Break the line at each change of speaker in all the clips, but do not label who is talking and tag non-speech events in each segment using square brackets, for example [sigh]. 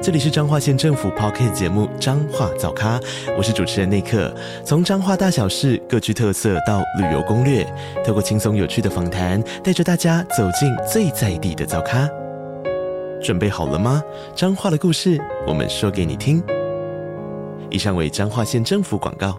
这里是彰化县政府 p o c k t 节目《彰化早咖》，我是主持人内克。从彰化大小事各具特色到旅游攻略，透过轻松有趣的访谈，带着大家走进最在地的早咖。准备好了吗？彰化的故事，我们说给你听。以上为彰化县政府广告。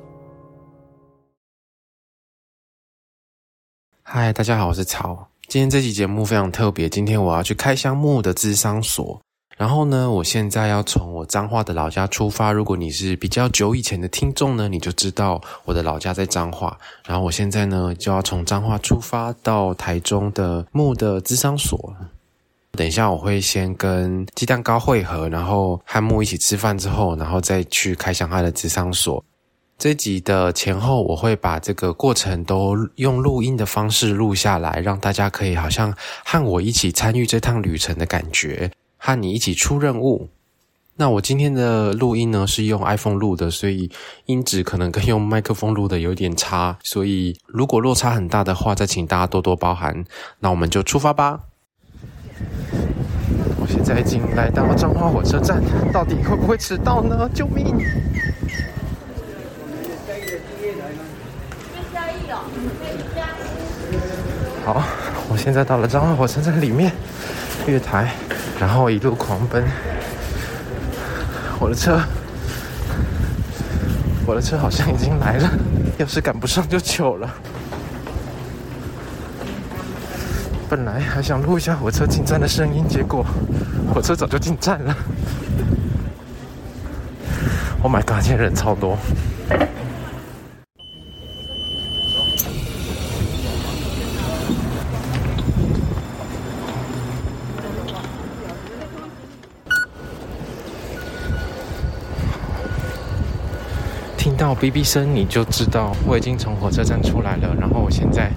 嗨，大家好，我是曹。今天这期节目非常特别，今天我要去开箱木的智商所。然后呢，我现在要从我彰化的老家出发。如果你是比较久以前的听众呢，你就知道我的老家在彰化。然后我现在呢，就要从彰化出发到台中的木的智商所。等一下，我会先跟鸡蛋糕会合，然后和木一起吃饭之后，然后再去开箱他的智商所。这集的前后，我会把这个过程都用录音的方式录下来，让大家可以好像和我一起参与这趟旅程的感觉，和你一起出任务。那我今天的录音呢是用 iPhone 录的，所以音质可能跟用麦克风录的有点差，所以如果落差很大的话，再请大家多多包涵。那我们就出发吧。我现在已经来到彰化火车站，到底会不会迟到呢？救命！好， [laughs] 我现在到了彰化火车站里面月台，然后一路狂奔。我的车，我的车好像已经来了，要是赶不上就糗了。本来还想录一下火车进站的声音，结果火车早就进站了。Oh my god！现在人超多。听到哔哔声，你就知道我已经从火车站出来了。然后我现在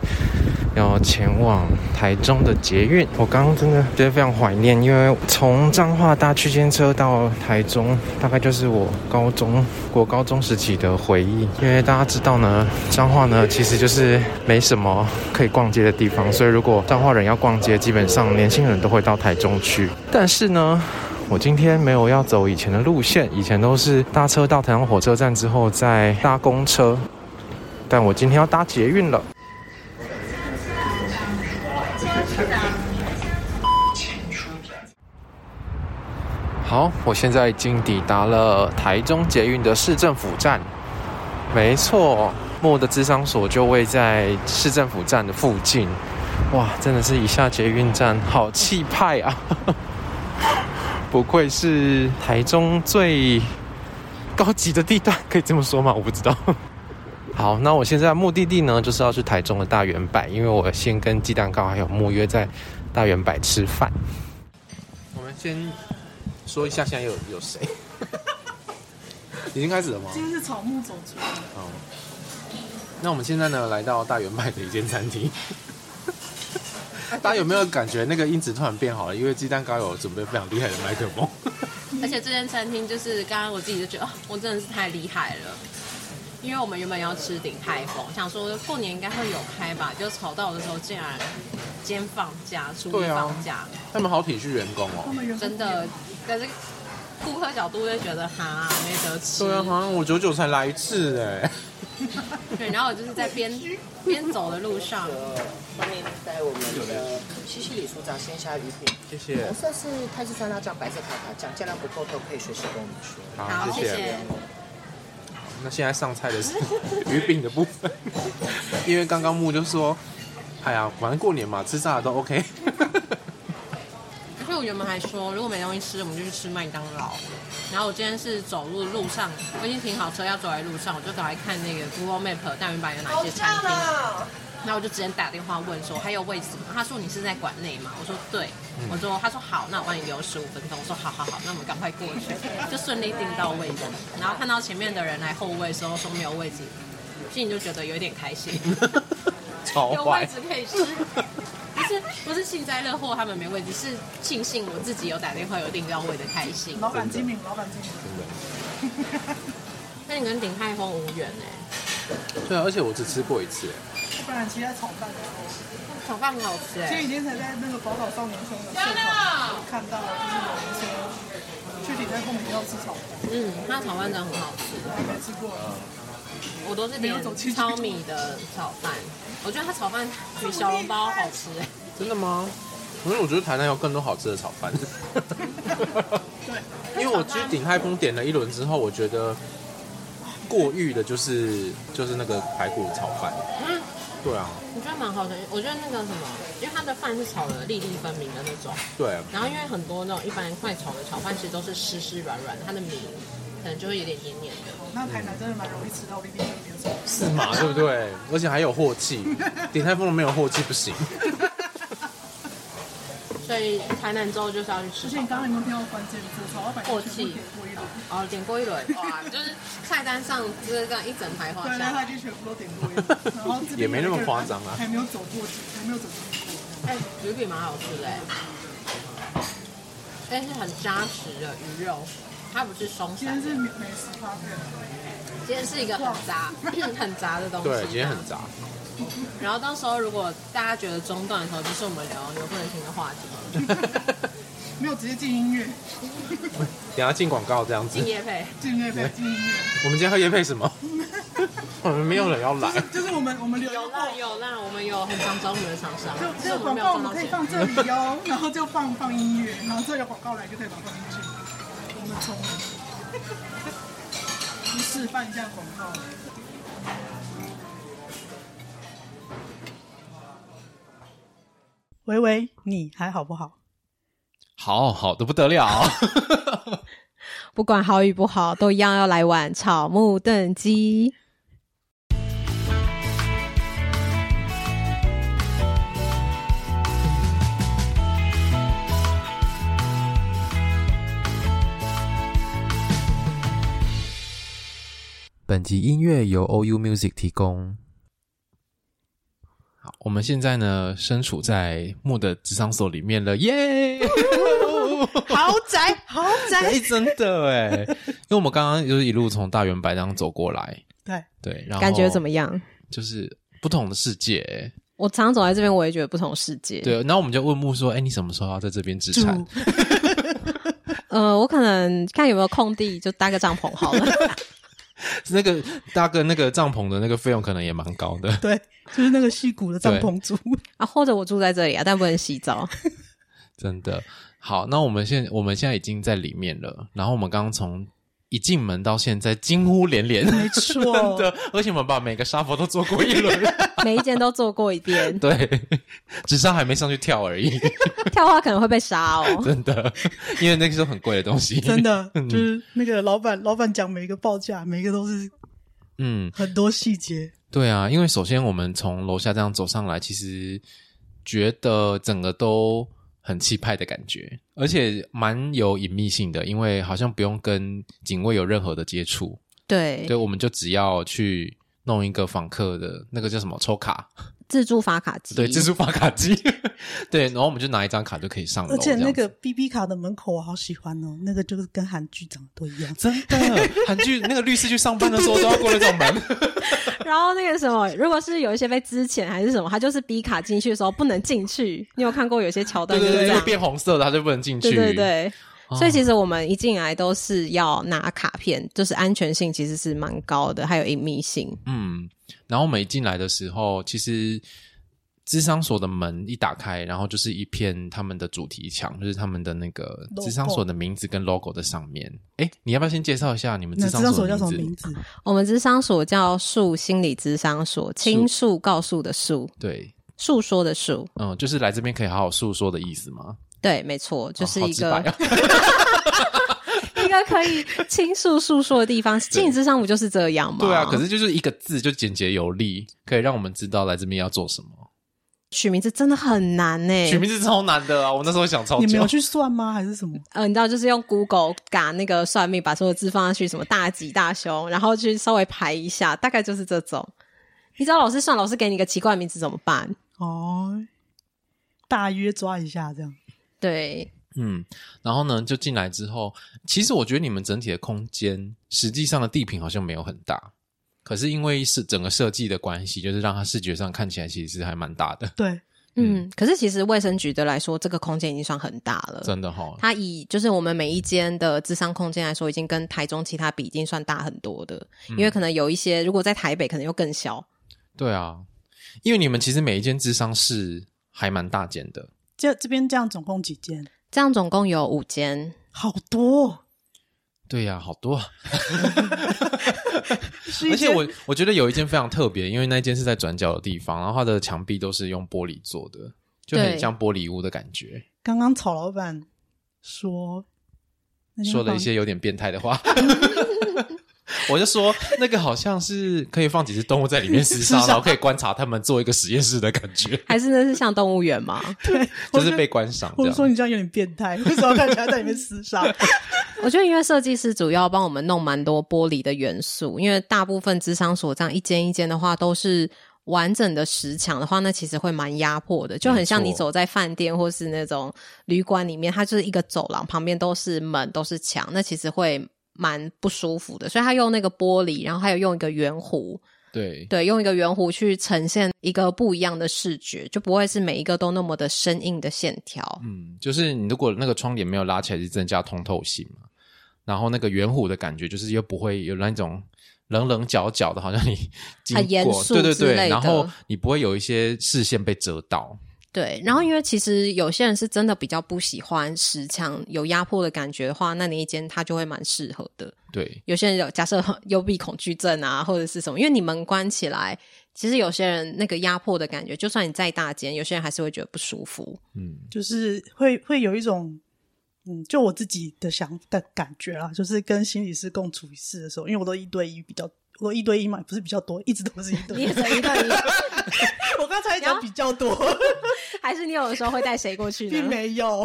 要前往台中的捷运。我刚刚真的觉得非常怀念，因为从彰化搭区间车到台中，大概就是我高中、国高中时期的回忆。因为大家知道呢，彰化呢其实就是没什么可以逛街的地方，所以如果彰化人要逛街，基本上年轻人都会到台中去。但是呢，我今天没有要走以前的路线，以前都是搭车到台湾火车站之后再搭公车，但我今天要搭捷运了。好，我现在已经抵达了台中捷运的市政府站。没错，莫的智商所就位在市政府站的附近。哇，真的是一下捷运站，好气派啊！ [laughs] 不愧是台中最高级的地段，可以这么说吗？我不知道。 [laughs] 好，那我现在的目的地呢，就是要去台中的大圆柏，因为我先跟鸡蛋糕还有木约在大圆柏吃饭。我们先说一下现在有有 [laughs] 谁？已经开始了吗？
今天是草木走出来，
好，那我们现在呢，来到大圆柏的一间餐
[laughs]
厅。大家有没有感觉那个音质突然变好了？因为鸡蛋糕有准备非常厉害的麦克风。
而且这间餐厅就是刚刚我自己就觉得，哦我真的是太厉害了。因为我们原本要吃鼎泰丰，想说过年应该会有开吧，就吵到的时候竟然今天放假，厨
对
艺
啊
放假，
他们好体恤员工哦
他。们人
真的。可是顾客角度就觉得哈没得吃，
对啊，好像我久久才来一次哎。
对然后我就是在边边走的路上，
欢迎在我们的西西里所长鲜虾鱼饼，
谢谢
红，色是泰式酸辣酱，白色卡卡酱，酱料不够都可以随时跟我们说。
好
好，谢
谢
谢
谢。。
那现在上菜的
[laughs]
是鱼饼的部分，因为刚刚木就说，哎呀，反正过年嘛，吃炸的都 OK。 [laughs]
可是我原本还说，如果没东西吃，我们就去吃麦当劳。然后我今天是走路路上，我已经停好车要走在路上，我就赶快看那个 Google Map 大圆板有哪些餐厅。然后我就直接打电话问说还有位置吗？他说你是在馆内吗？我说对。我说他说好，那我帮你留十五分钟。我说好好好，那我们赶快过去，就顺利订到位置。然后看到前面的人来候位的时候说没有位置，心里就觉得有点开心，
超
有位
坏，
置可以吃。不是是不是幸灾乐祸，他们没问题，是庆幸我自己有打电话有领到位的开心。
老板精明，老板精明。
那你跟鼎泰丰无缘哎、
对啊，而且我只吃过一次，哎
我本来期待炒饭的，
炒饭很好吃哎、
前几天才在那个宝岛少年兄的现场
真
看到，就是有人说去体在公园要吃炒饭，
嗯，它炒饭真的很好吃，
我还没吃过。
我都是点糙米的炒饭，我觉得它炒饭比小笼包好吃哎、
真的吗？可是我觉得台南有更多好吃的炒饭。
对，
因为我去鼎泰丰点了一轮之后，我觉得过誉的就是就是那个排骨炒饭。
嗯，
对啊，
我觉得蛮好的，我觉得那个什么，因为它的饭是炒的粒粒分明的那种，
对啊，
然后因为很多那种一般快炒的炒饭其实都是湿湿软软的，它的米可能就会有点黏黏的。
那台南真的蛮容易吃到粒粒分明的炒饭。
是嘛，对不对？而且还有镬气，鼎泰丰没有镬气不行。
所以台南之后就是要去吃
而且你刚刚有没有听到关键字？炒老板
过
过
气
气过一轮，
哦，点过一轮， [laughs] 哇，就是菜单上就是这样一整排画
对，
下
然后他
来。
就全部都点过一轮，然后这边
也没那么夸张啊
还没有走过去，还没有走进去过。
哎、嗯鱼饼蛮好吃的哎、但是很扎实的鱼肉，它不是松
今天
散的。
是美美食发片，
今天是一个很杂、 [clears throat] 很杂的东西。
对，今天很。杂。 [laughs]
然后到时候如果大家觉得中断的时候，就是我们聊牛不能停的话题，
没有直接进音乐，
等一下进广告这样子
敬。业配。
进音乐没有进音乐，
我们今天喝夜配什么？ [laughs] 我们没有人要来。
就是我们我们留
[laughs] 有啦有啦，我们有很常找我们的厂商，
就
只
这
是
个
我们
广
没有
告我
放到
们可以
钱。
放这里哦，然后就放放音乐，然后这有广告来就可以把它放进去。我们从 [laughs] 你示范一下广告，维维，你还好不好？
好好的不得了，
不管好与不好，都一样要来碗草木炖鸡。
本集音乐由 OU Music 提供。好，我们现在呢身处在木的职场所里面了，耶！
[laughs] 豪宅，豪宅，
哎，真的哎，因为我们刚刚就是一路从大圆白这样走过来，
对，
对，然后
感觉怎么
样？
样？
就是不同的世界哎，
我常走在这边，我也觉得不同世界。，
对。然后我们就问木说：“哎，你什么时候要在这边置产
呃，我可能看有没有空地，就搭个帐篷好了。？”
[laughs] [laughs] 那个大哥那个帐篷的那个费用可能也蛮高的，
[laughs] 对，就是那个戏骨的
帐
帐
篷
篷族，
啊，或者我住在这里啊，但不能
[laughs]
洗澡。
真的。好，那我们现我们现在已经在里面了，然后我们刚刚从一进门到现在惊呼连连，
[laughs]
没
错
真的。而且我们把每个沙佛都做过一轮，，
每一间都做过一遍
[laughs] 对，只是他还没上去跳而已，
跳花可能会被杀哦。
真的，因为那个是很贵的东西，
真。的就是那个老板，老板讲每个报价，每个都是
嗯，
很多细节，
对啊，因为首先我们从楼下这样走上来，其实觉得整个都很气派的感觉，而且蛮有隐秘性的，因为好像不用跟警卫有任何的接触，
对，
对，我们就只要去弄一个访客的那个叫什么抽卡，
自助发卡机，
对，自助发卡机，对，然后我们就拿一张卡就可以上楼，
而且
这
那
样子
个 B B 卡的门口我好喜欢哦，那个就是跟韩剧长得都一样。
真的韩剧那个律师去上班的时候都要过那种门，
然后那个什么，如果是有一些被支遣还是什么，他就是逼卡进去的时候不能进去。你有看过有些桥段
对
就
对对，
是这
因为
样，
变红色的他就不能进去，
对对对。
哦
所以其实我们一进来都是要拿卡片，就是安全性其实是蛮高的，还有隐秘性。
嗯，然后我们一进来的时候，其实智商所的门一打开，然后就是一片他们的主题墙，就是他们的那个
Logo
智商所的名字跟 logo 的上面。哎，你要不要先介绍一下你们智
那
商
张
所
手
的
叫什么
名
名
字？
字？
我们智商所叫树心理智商所，倾诉告诉的诉，
对，
诉说的诉。
嗯，就是来这边可以好好诉说的意思吗？
对，没错，就是
哦好
一
直
个、 [laughs]
白啊
一个可以倾诉诉说的
[laughs]
地方。心理智商不就是这样吗？
对啊，可是就是一个字就简洁有力，可以让我们知道来这边要做什么。
取名字真的很难欸呢、
取名字超难的啊，我那时候想超
你们
久
有。去算吗？还是什么？
呃，你知道，就是用 Google 打那个算命，把所有字放上去，什么大吉大凶，然后去稍微排一下，大概就是这种。你知道老师算，老师给你一个奇怪的名字怎么办？
哦，
大约抓一下这样。
对，
嗯，然后呢，就进来之后，其实我觉得你们整体的空间，实际上的地坪好像没有很大，可是因为是整个设计的关系，就是让它视觉上看起来其实还蛮大的，
对，
嗯
嗯，可是其实卫生局的来说，这个空间已经算很大了。
真的哈、哦。
它以就是我们每一间的智商空间来说，已经跟台中其他比已经算大很多的，
嗯
因为可能有一些如果在台北可能又更小， [laughs]
对啊，因为你们其实每一间智商室还蛮大间的，
这这边这样总共几间？
这样总共有五间，
好多哦，
对呀、好多啊。
[laughs] 是一
而且
间
我我觉得有一间非常特别，因为那间是在转角的地方，然后它的墙壁都是用玻璃做的，就很
对
像玻璃屋的感觉。
刚刚曹老板说，那间
说了一
房
些有点变态的话， [laughs] 我就说那个好像是可以放几只动物在里
[laughs]
面厮
啊
杀，然后可以观察他们做一个实验室的感觉，
还是那是像动物
[laughs]
园吗？
就是被观赏这
我说
样。
你这样有点
[laughs]
变态，为什么看起来在里面厮杀？ [laughs]
我觉得因为设计师主要帮我们弄蛮多玻璃的元素，因为大部分智商所这样一间一间的话都是。完整的石墙的话，那其实会蛮压迫的，就很像
没错
你走在饭店或是那种旅馆里面，它就是一个走廊，旁边都是门，都是墙，那其实会蛮不舒服的。所以他用那个玻璃，然后还有用一个圆弧，
对，
对，用一个圆弧去呈现一个不一样的视觉，就不会是每一个都那么的生硬的线条。
嗯，就是你如果那个窗帘没有拉起来，是增加通透性嘛。然后那个圆弧的感觉，就是又不会有那种棱棱角角的，好像你经
很严
过，
肃
对对
之类
对，
的
然后你不会有一些视线被遮到。
对，然后因为其实有些人是真的比较不喜欢石墙有压迫的感觉的话，那你一间它就会蛮适合的。
对，
有些人有假设 [laughs] 幽闭恐惧症啊，或者是什么，因为你门关起来，其实有些人那个压迫的感觉，就算你再大间，有些人还是会觉得不舒 [laughs] 服。
嗯，
就是会会有一种，嗯，就我自己的想的感觉啦，就是跟心理师共处一室的时候，因为我都一对一比较，我都一对一嘛，不是比较多，一直都是一对一。
一 [laughs] 对一，
[laughs] 我刚才讲比较多，
还是你有的时候会带谁过去
并
呢？
没有。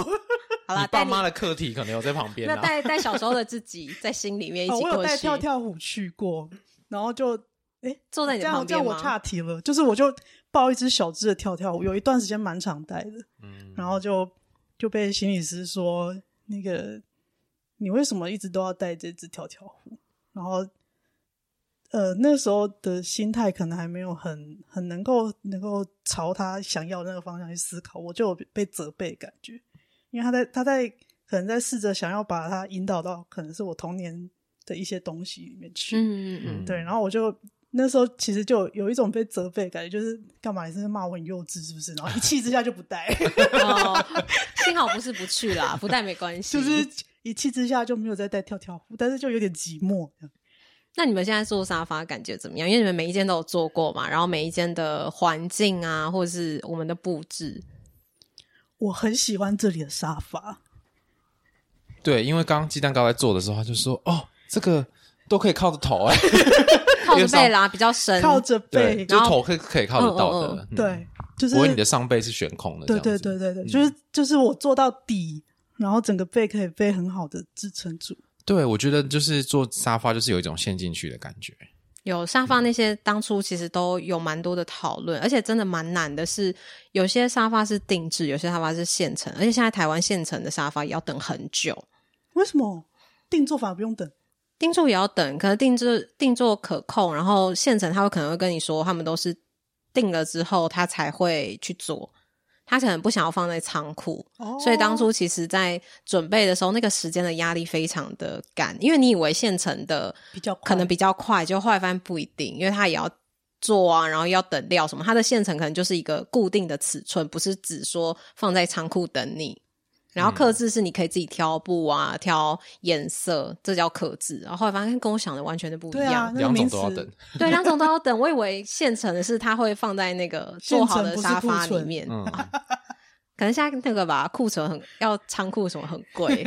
你
好啦，
爸
带你
妈的课题可能有在旁边
那
啊。
带带小时候的自己在心里面一
哦
起
我有
过
带
去，
跳跳虎去过，然后就
坐
这
在你的
样
旁
这
边
样我
吗？
岔题了，就是我就抱一只小只的跳跳虎，有一段时间蛮常带的，然后就就被心理师说那个你为什么一直都要带这只跳跳虎？然后呃那时候的心态可能还没有很很能够能够朝他想要的那个方向去思考，我就有被责备的感觉，因为他在他在可能在试着想要把它引导到可能是我童年的一些东西里面去，
嗯嗯嗯，
对，然后我就那时候其实就有一种被责备的感觉，就是干嘛你是骂我很幼稚是不是？然后一气之下就不带， [laughs]
哦，幸好不是不去啦，不带没关
就
系。
是一气之下就没有再带跳跳虎，但是就有点寂寞。
那你们现在坐沙发感觉怎么样？因为你们每一间都有坐过嘛，然后每一间的环境啊，或者是我们的布置，
我很喜欢这里的沙发，
对，因为刚刚鸡蛋糕在做的时候，他就说：“哦，这个都可以靠着头哎、
[laughs] 靠着背啦比较深，
靠着
对，
背，
就是
然后
头可以可以靠得到的，嗯
对，就是
不会你的上背是悬空的，
对
这样
对
子嗯
对对对，就是就是我坐到底，然后整个背可以被很好的支撑住。
对，我觉得就是坐沙发就是有一种陷进去的感觉，
有沙发那些，当初其实都有蛮多的讨论，而且真的蛮难的是，有些沙发是定制，有些沙发是现成，而且现在台湾现成的沙发也要等很久。
为什么定做法不用等？
定做也要等，可是定制定做可控，然后现成他会可能会跟你说，他们都是定了之后他才会去做，他可能不想要放在仓库，
哦
所以当初其实在准备的时候，那个时间的压力非常的赶，因为你以为现成的
比较快
可能比较快，就后来发现不一定，因为他也要。做啊，然后要等料什么，它的现成可能就是一个固定的尺寸，不是只说放在仓库等你。然后
嗯
克制是你可以自己挑布啊，挑颜色，这叫克制。然后后来发现跟我想的完全都不一
对啊 [laughs] 那
样，，
个
两种
名
都要等
词。
对，两种都要等。我以为现成的是它会放在那个做好的沙发里面，
嗯，
可能现在那个吧，库存很要仓库什么很贵，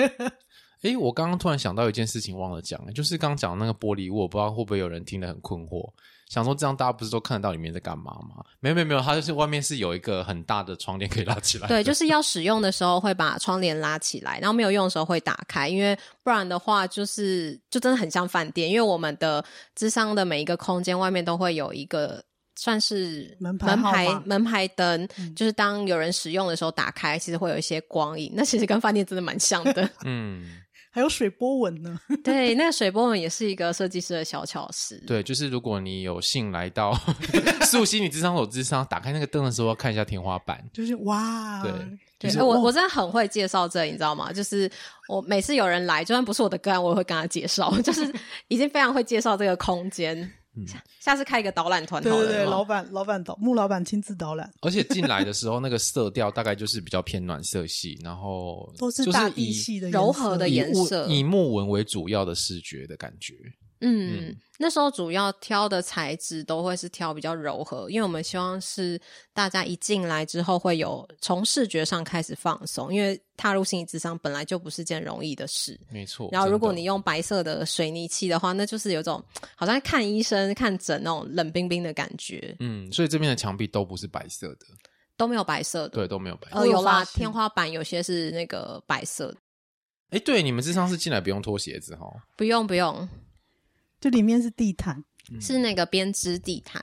诶，我刚刚突然想到一件事情忘了讲，就是刚刚讲的那个玻璃屋，我不知道会不会有人听得很困惑，想说这样大家不是都看得到里面在干嘛吗？没有没有没有，它就是外面是有一个很大的窗帘可以拉起来，
对，就是要使用的时候会把窗帘拉起来，然后没有用的时候会打开，因为不然的话就是就真的很像饭店，因为我们的智商的每一个空间外面都会有一个算是
门牌
牌门
号码
门牌灯，就是当有人使用的时候打开，其实会有一些光影，那其实跟饭店真的蛮像的。
嗯，
还有水波纹呢，
[laughs] 对，那水波纹也是一个设计师的小巧思。
对，就是如果你有幸来
[laughs]
到素心理智商所智商，打开那个灯的时候，要看一下天花板。
就是哇，
对
就
对，
是
哎我
哇
我真的很会介绍这，你知道吗？就是我每次有人来，就算不是我的个案，我也会跟他介绍， [laughs] 就是已经非常会介绍这个空间。下下次开一个导览团
对
好了，
对对，
有没有
老板老板导穆老板亲自导览，
而且进来的时候，那个色调大概就是比较偏暖色系，然后
都
就是是
大
以
地系的
柔和的
以
颜
物
色
以木纹为主要的视觉的感觉。
嗯，那时候主要挑的材质都会是挑比较柔和，因为我们希望是大家一进来之后会有从视觉上开始放松，因为踏入心理智商本来就不是件容易的事。
哦
没错。
然后，如果
真的
你用白色的水泥漆的话，那就是有种好像在看医生、看诊那种冷冰冰的感觉，
嗯，所以这边的墙壁都不是白色的，
都没有白色的。
对，都没有白色。
呃，
有
有啦
发，现
天花板有些是那个白色的，
哎、对，你们智商是进来不用脱鞋子哈。
不用不用，
嗯
就里面是地毯，
是那个编织地毯。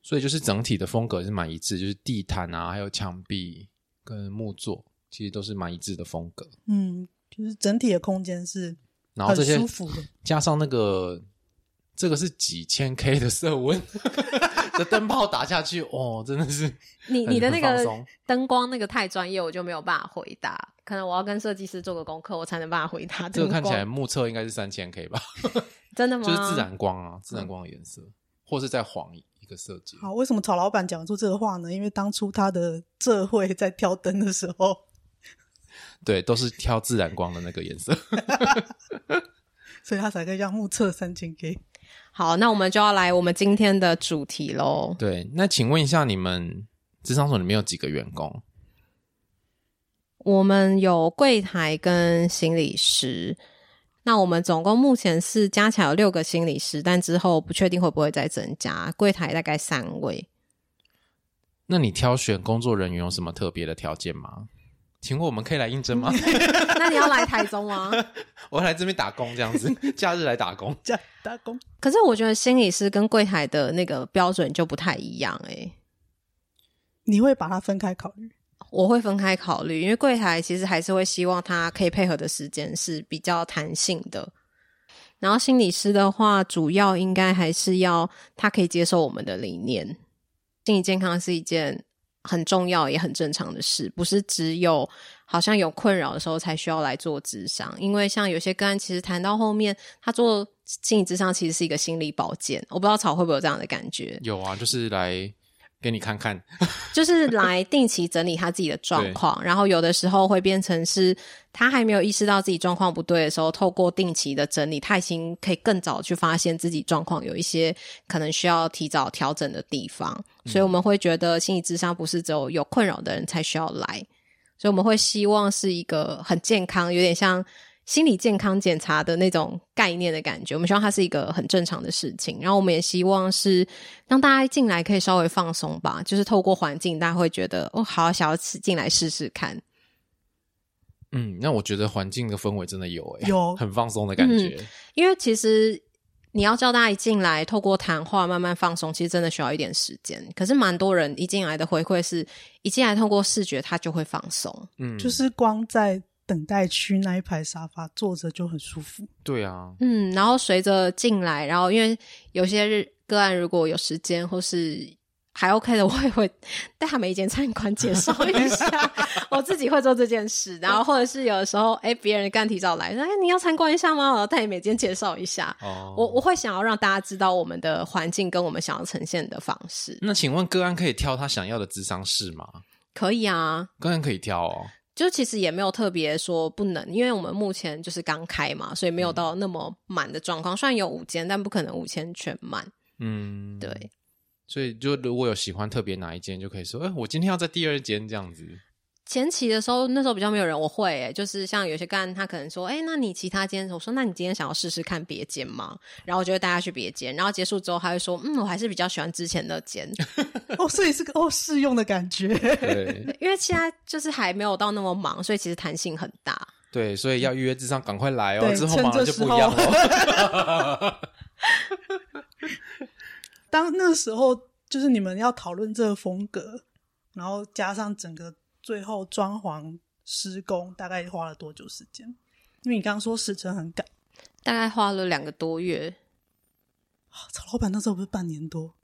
所以就是整体的风格是蛮一致，就是地毯啊，还有墙壁跟木座，其实都是蛮一致的风格。
嗯，就是整体的空间是
然后这些
很舒服的
加上那个，这个是几千 K 的色温 [laughs] 的灯泡打下去，哦，真的是
你
很
你的那
哎很放
个
松
灯光那个太专业，我就没有办法回答。可能我要跟设计师做个功课，我才能办法回答
这
灯
个
光。
看起来目测应该是三千 K 吧，
真的吗？
就是自。然光啊，自然光的颜色，或是在黄一个色阶。
好，为什么曹老板讲出这个话呢？因为当初他的社会在挑灯的时候，
对，都是挑自然光的那个颜色。 [laughs]
所以他才可以让目测三千 K。
好，那我们就要来我们今天的主题喽。
对，那请问一下，你们智商所里面有几个员工？
我们有柜台跟心理师，那我们总共目前是加起来有六个心理师，但之后不确定会不会再增加。柜台大概三位，
那你挑选工作人员有什么特别的条件吗？请问我们可以来应征吗？ [laughs]
那你要来台中吗？
我来这边打工这样子，假日来打工。
这样打工
[laughs] 可是我觉得心理师跟柜台的那个标准就不太一样欸诶、
你会把它分开考虑，
我会分开考虑，因为柜台其实还是会希望他可以配合的时间是比较弹性的。然后心理师的话，主要应该还是要他可以接受我们的理念。心理健康是一件很重要也很正常的事，不是只有好像有困扰的时候才需要来做智商。因为像有些个案，其实谈到后面，他做心理智商其实是一个心理保健。我不知道草会不会有这样的感觉，
有啊，就是来给你看看。
就是来定期整理他自己的状况，然后有的时候会变成是他还没有意识到自己状况不对的时候，透过定期的整理，他已经可以更早去发现自己状况有一些可能需要提早调整的地方，所以我们会觉得心理智商不是只有有困扰的人才需要来，所以我们会希望是一个很健康，有点像。心理健康检查的那种概念的感觉，我们希望它是一个很正常的事情。然后我们也希望是让大家进来可以稍微放松吧，就是透过环境，大家会觉得哦，好想要吃进来试试看。
嗯，那我觉得环境的氛围真的有诶、
有
很放松的感觉。
因为其实你要叫大家一进来，透过谈话慢慢放松，其实真的需要一点时间。可是蛮多人一进来的回馈是，一进来透过视觉他就会放松。
嗯，
就是光在等待区那一排沙发坐着就很舒
[laughs]
服。
对啊，
嗯，然后随着进来，然后因为有些日个案如果有时间或是还 OK 的，我也会带他们一间餐馆介绍一下，我自己会做这件事。然后或者是有的时候，哎，别人干提早来，说哎你要参观一下吗？我要带你每间介绍一下。
哦，
我我会想要让大家知道我们的环境跟我们想要呈现的方式，
那请问个案可以挑他想要的智商室吗？
可以啊。
个案可以挑哦。
就其实也没有特别说不能，因为我们目前就是刚开嘛，所以没有到那么满的状况。虽然有五间，但不可能五间全满。
嗯，
对，。
所以就如果有喜欢特别哪一间，就可以说，哎、我今天要在第二间这样
[laughs]
子。
前期的时候，那时候比较没有人，我会、欸、就是像有些干他可能说，哎、那你其他间，我说那你今天想要试试看别间吗？然后我就会带他去别间，然后结束之后他会说，嗯，我还是比较喜欢之前那间， [laughs]
哦，所以是个哦试用的感觉。 [laughs]
对
因为现在就是还没有到那么忙，所以其实弹性很大。
对，所以要预约智商，赶快来哦，
对
之后
趁
马上
这
就
时
不一样
候 [laughs]
了。
当那时候就是你们要讨论这个风格，然后加上整个最后装潢施工，大概花了多久时间？因为你刚刚说时程很赶，
大概花了两个多月，
啊曹老板那时候不是半年多，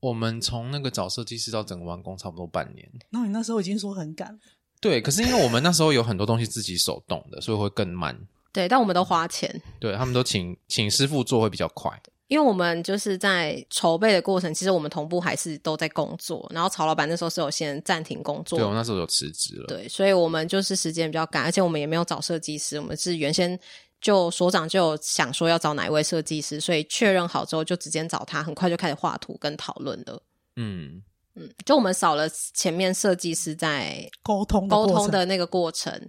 我们从那个找设计师到整个完工差不多半年。
然后你那时候已经说很赶了，
对，可是因为我们那时候有很多东西自己手动的，所以会更慢。
对，但我们都花 [laughs] 钱，
对他们都请请师傅做会比较快。
因为我们就是在筹备的过程，其实我们同步还是都在工作。然后曹老板那时候是有先暂停工作
对哦我那时候有辞职了，
对，所以我们就是时间比较赶，而且我们也没有找设计师，我们是原先就所长就有想说要找哪一位设计师，所以确认好之后就直接找他，很快就开始画图跟讨论了。
嗯，
嗯，就我们少了前面设计师在
沟通
沟
过
通
程！
的那个过程。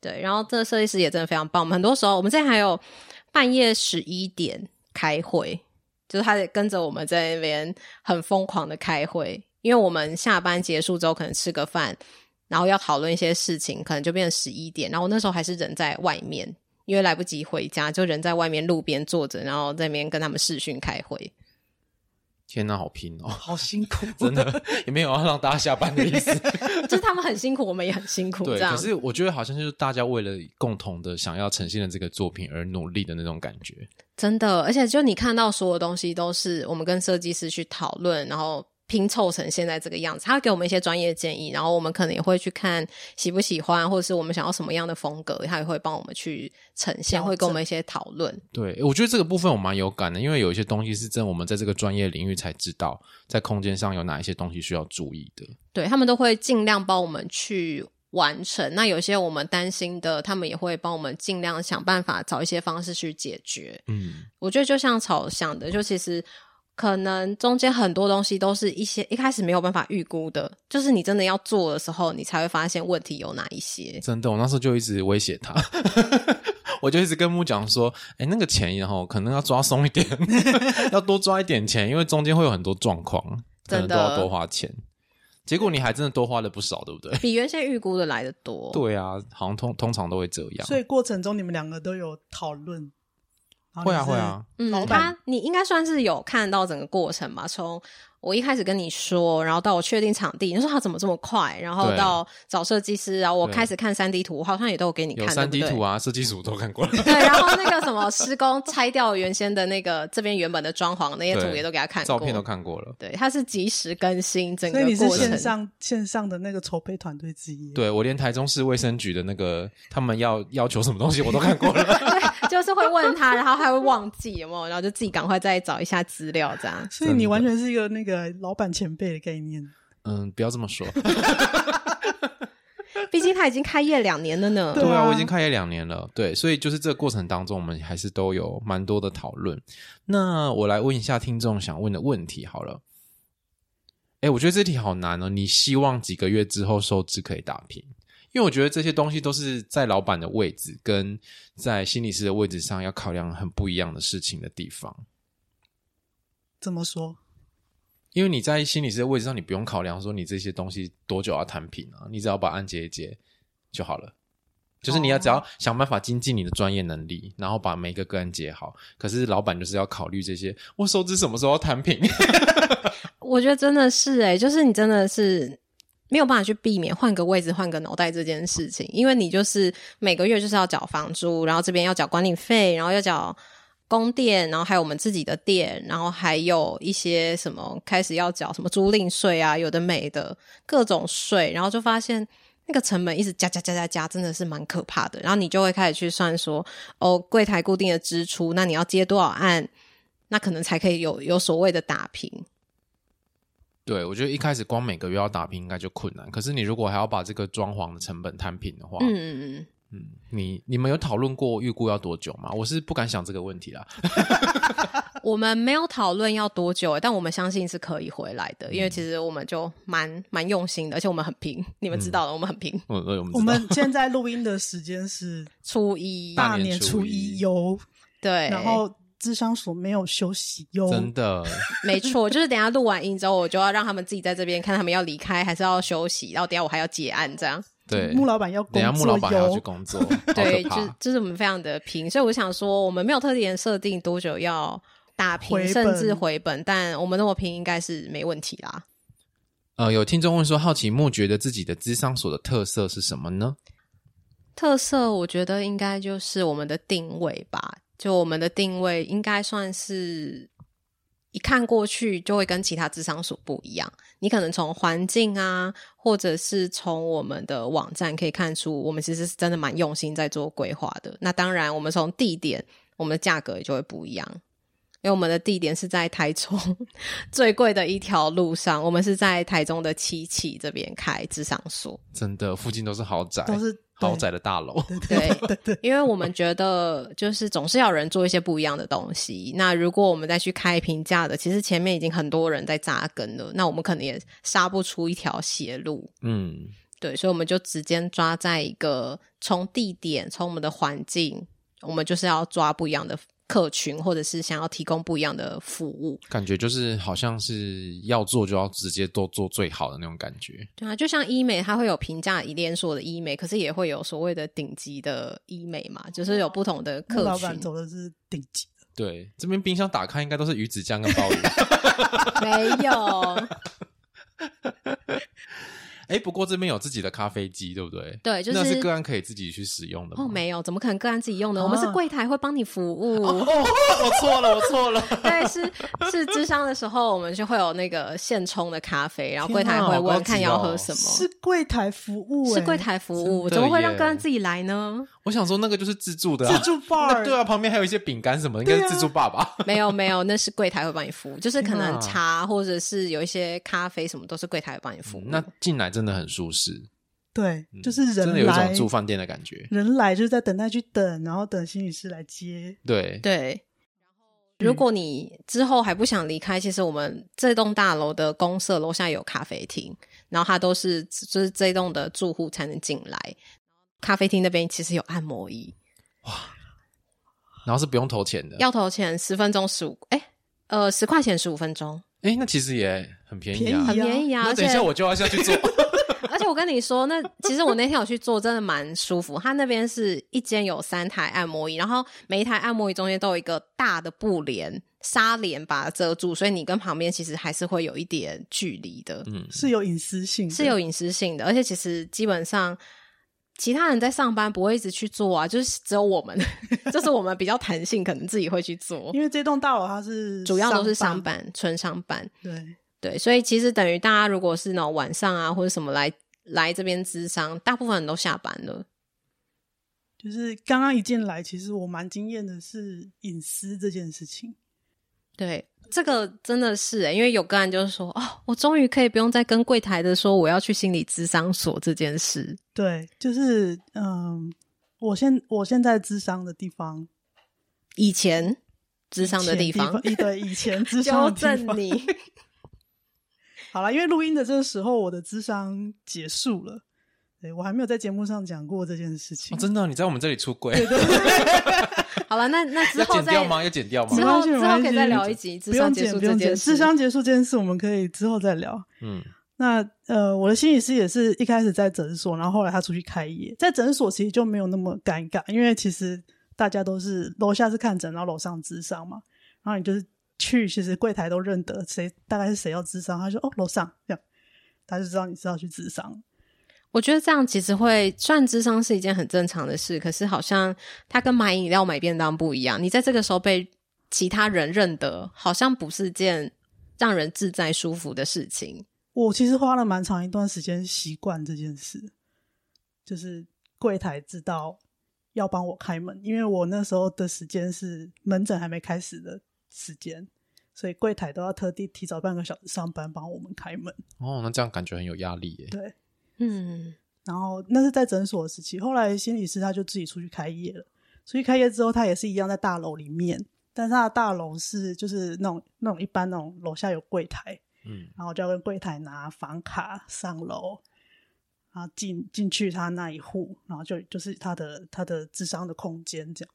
对，然后这个设计师也真的非常棒。我们很多时候，我们现在还有半夜十一点开会，就是他得跟着我们在那边很疯狂的开会，因为我们下班结束之后可能吃个饭，然后要讨论一些事情，可能就变成十一点。然后我那时候还是人在外面，因为来不及回家，就人在外面路边坐着，然后在那边跟他们视讯开会。
天哪，好拼哦
好辛苦，
[laughs] 真的也没有要让大家下班的意思，
就是他们很辛苦，我们也很辛苦，这
对。
样
可。是我觉得好像就是大家为了共同的想要呈现的这个作品而努力的那种感觉。
真的，而且就你看到所有东西都是我们跟设计师去讨论，然后拼凑成现在这个样子。他会给我们一些专业建议，然后我们可能也会去看喜不喜欢，或者是我们想要什么样的风格，他也会帮我们去呈现，
调整
会跟我们一些讨论。
对，我觉得这个部分我蛮有感的，因为有一些东西是真的我们在这个专业领域才知道，在空间上有哪一些东西需要注意的。
对他们都会尽量帮我们去完成。那有些我们担心的，他们也会帮我们尽量想办法找一些方式去解决。
嗯，
我觉得就像草想的，就其实可能中间很多东西都是一些一开始没有办法预估的，就是你真的要做的时候，你才会发现问题有哪一些。
真的，我那时候就一直威胁他， [laughs] 我就一直跟木讲说，哎，那个钱然后可能要抓松一点， [laughs] 要多抓一点钱，因为中间会有很多状况，可能
真的
都要多花钱。结果你还真的多花了不少，对不 [laughs] 对？
比原先预估的来的多，
对啊，好像通通常都会这样。
所以过程中你们两个都有讨论，然后
会啊
你是
会啊，
嗯，
老
他
板
你应该算是有看到整个过程吧？从我一开始跟你说，然后到我确定场地，你说他怎么这么快，然后
对
到找设计师，然后我
对
开始看三 D 图，我好像也都有给你
有
看
三 D
对不对
图啊，设计图都看过了。
对，然后那个什么施工拆掉原先的那个这边原本的装潢那些图
对
也都给他看过，
照片都看过了。
对，它是及时更新整个
所以你是
过程。
线
[laughs]
上线上的那个筹备团队之一，啊
对我连台中市卫生局的那个他们要要求什么东西我都看过
[laughs]
了。
就是会问他，然后他会忘记有没有，然后就自己赶快再找一下资料，这样
所以你完全是一个那个老板前辈的概念。
嗯，不要这么说。
啊毕竟他已经开业两年了呢。
对啊
我已经开业两年了。对，所以就是这个过程当中，我们还是都有蛮多的讨论。那我来问一下听众想问的问题好了。哎，我觉得这题好难哦。你希望几个月之后收支可以打平？因为我觉得这些东西都是在老板的位置跟在心理师的位置上要考量很不一样的事情的地方。
怎么说？
因为你在心理师的位置上，你不用考量说你这些东西多久要摊平啊，你只要把案结一结就好了。就是你要只
哦
要想办法精进你的专业能力，然后把每一个个案结好。可是老板就是要考虑这些，我收支什么时候要摊平？ [laughs]
我觉得真的是哎、就是你真的是没有办法去避免换个位置、换个脑袋这件事情，因为你就是每个月就是要缴房租，然后这边要缴管理费，然后要缴供电，然后还有我们自己的店，然后还有一些什么开始要缴什么租赁税啊，有的没的各种税，然后就发现。那个成本一直加加加加加，真的是蛮可怕的。然后你就会开始去算说，哦，柜台固定的支出，那你要接多少案，那可能才可以有有所谓的打平。
对我觉得一开始光每个月要打拼应该就困难。可是你如果还要把这个装潢的成本摊平的话，
嗯嗯嗯。
嗯你你们有讨论过预估要多久吗？我是不敢想这个问题啦。
我们没有讨论要多久、欸但我们相信是可以回来的，因为其实我们就蛮蛮用心的，而且我们很拼，
嗯
你们知道的，我们很拼。
我我们知
我
道
们现在录音的时间是
初 [laughs] 一，哎
大
大
年
年
初
初
一
一哟，
对，
然后智商所没有休息哟，
真的
没错，就是等一下录完音之后，我就要让他们自己在这边看他们要离开还是要休息，然后等一下我还要结案，这样
对，
[laughs] 穆老板要
等
工
一下穆老
作
板还要去
哟，
工作，好可
对，
怕
就就是我们非常的拼，所以我想说，我们没有特别设定多久要打平
回
甚至
本
回本，但我们那么拼应该是没问题啦。
呃，有听众问说，好奇木觉得自己的智商所的特色是什么呢？
特色我觉得应该就是我们的定位吧，就我们的定位应该算是一看过去就会跟其他智商所不一样。你可能从环境啊，或者是从我们的网站可以看出，我们其实是真的蛮用心在做规划的。那当然，我们从地点，我们的价格也就会不一样。因为我们的地点是在台中 [laughs] 最贵的一条路上，我们是在台中的七期这边开智商所。
真的，附近都是豪宅，
都是
豪宅的大楼。
对，因为我们觉得就是总是要有人做一些不一样的东西。那如果我们再去开平价的，其实前面已经很多人在扎根了，那我们可能也杀不出一条血路。
嗯，
对，所以我们就直接抓在一个从地点、从我们的环境，我们就是要抓不一样的客群，或者是想要提供不一样的服务。
感觉就是好像是要做就要直接都做最好的那种感觉。
对啊，就像医美，它会有平价一连锁的医美，可是也会有所谓的顶级的医美嘛，就是有不同的
木
客
老
群
板。走的是顶级的，
对，这边冰箱打开应该都是鱼子酱跟鲍鱼。
没有，
哎，不过这边有自己的咖啡机，对不对？
对就是
那是个案可以自己去使用的吗。
哦，没有，怎么可能个案自己用呢？我们是柜台会帮你服务，
哦，我错了，我错了。
对，是是智商的时候，我们就会有那个现冲的咖啡，然后柜台
天哪
会
好高
问
级
看要
哦
喝什么，
是柜台服务、欸，
是柜台服务，
真的
怎么会
耶
让个案自己来呢？
我想说那个就是自助的、啊，
自助
那
bar，啊
对啊，旁边还有一些饼干什么，应该是自助爸爸。
[laughs] 没有没有，那是柜台会帮你服务，就是可
天哪
能茶或者是有一些咖啡什么都是柜台会帮你服务。
嗯那进来真的很舒适，
对
嗯
就是
真的
人
有一
来
种住饭店的感觉。
人来就是在等待去等，然后等心理师来接。
对，
对。如果你之后还不想离开，其实我们这栋大楼的公社楼下有咖啡厅，然后它都是就是这栋的住户才能进来。咖啡厅那边其实有按摩椅，
然后是不用投钱的。
要投钱十分钟十五，哎，呃，十块钱十五分钟，
哎，那其实也很便宜啊。
便宜
很便宜啊！
那
而
等一
且
下我就要下去
[laughs]
做。
而且我跟你说，那其实我那天有去做，真的蛮舒服。它那边是一间有三台按摩椅，然后每一台按摩椅中间都有一个大的布帘纱帘把它遮住，所以你跟旁边其实还是会有一点距离的，
嗯，
是有隐私性的，
是有隐私性的。而且其实基本上。其他人在上班不会一直去做啊，就是只有我们， [laughs] 就是我们比较弹性，可能自己会去做
因。为这栋大楼它是
主要都是
商
上，班，纯上班。
对，
对，所以其实等于大家如果是那种晚上啊或者什么来来这边咨商，大部分人都下班了。
就是刚刚一进来，其实我蛮惊艳的是隐私这件事情。
对，这个真的是、欸，因为有个人就是说，哦，我终于可以不用再跟柜台的说我要去心理咨商所这件事。
对，就是嗯，我现我现在智商的地方，
以前咨商的
以前
地方，
一对以前
[laughs]
智
纠
商的地
正
方。
你，
好了，因为录音的这个时候，我的智商结束了。对我还没有在节目上讲过这件事情，
哦真的哦，你在我们这里出柜，
好了，那那
[laughs]
之
要
后
剪
再
掉吗？要剪掉吗
之
没？
后
关系
之
没
后
关
可以
系
再聊一集
不
智商
用
结
剪，
束
不
这
用
件
剪。
事。
智商结束这件事，我们可以之后再聊。
嗯，
那呃，我的心理师也是一开始在诊所，然后后来他出去开业，在诊所其实就没有那么尴尬，因为其实大家都是楼下是看诊，然后楼上智商嘛，然后你就是去，其实柜台都认得谁大概是谁要智商，他说哦楼上这样，他就知道你是要去智商。
我觉得这样其实会，虽然智商是一件很正常的事，可是好像它跟买饮料、买便当不一样。你在这个时候被其他人认得，好像不是件让人自在舒服的事情。
我其实花了蛮长一段时间习惯这件事，就是柜台知道要帮我开门，因为我那时候的时间是门诊还没开始的时间，所以柜台都要特地提早半个小时上班帮我们开门。
哦，那这样感觉很有压力耶。
对，
嗯，
然后那是在诊所的时期，后来心理师他就自己出去开业了。出去开业之后，他也是一样在大楼里面，但是他的大楼是就是那种那种一般那种楼下有柜台，
嗯，
然后就要跟柜台拿房卡上楼，然后进进去他那一户，然后就就是他的他的智商的空间这样。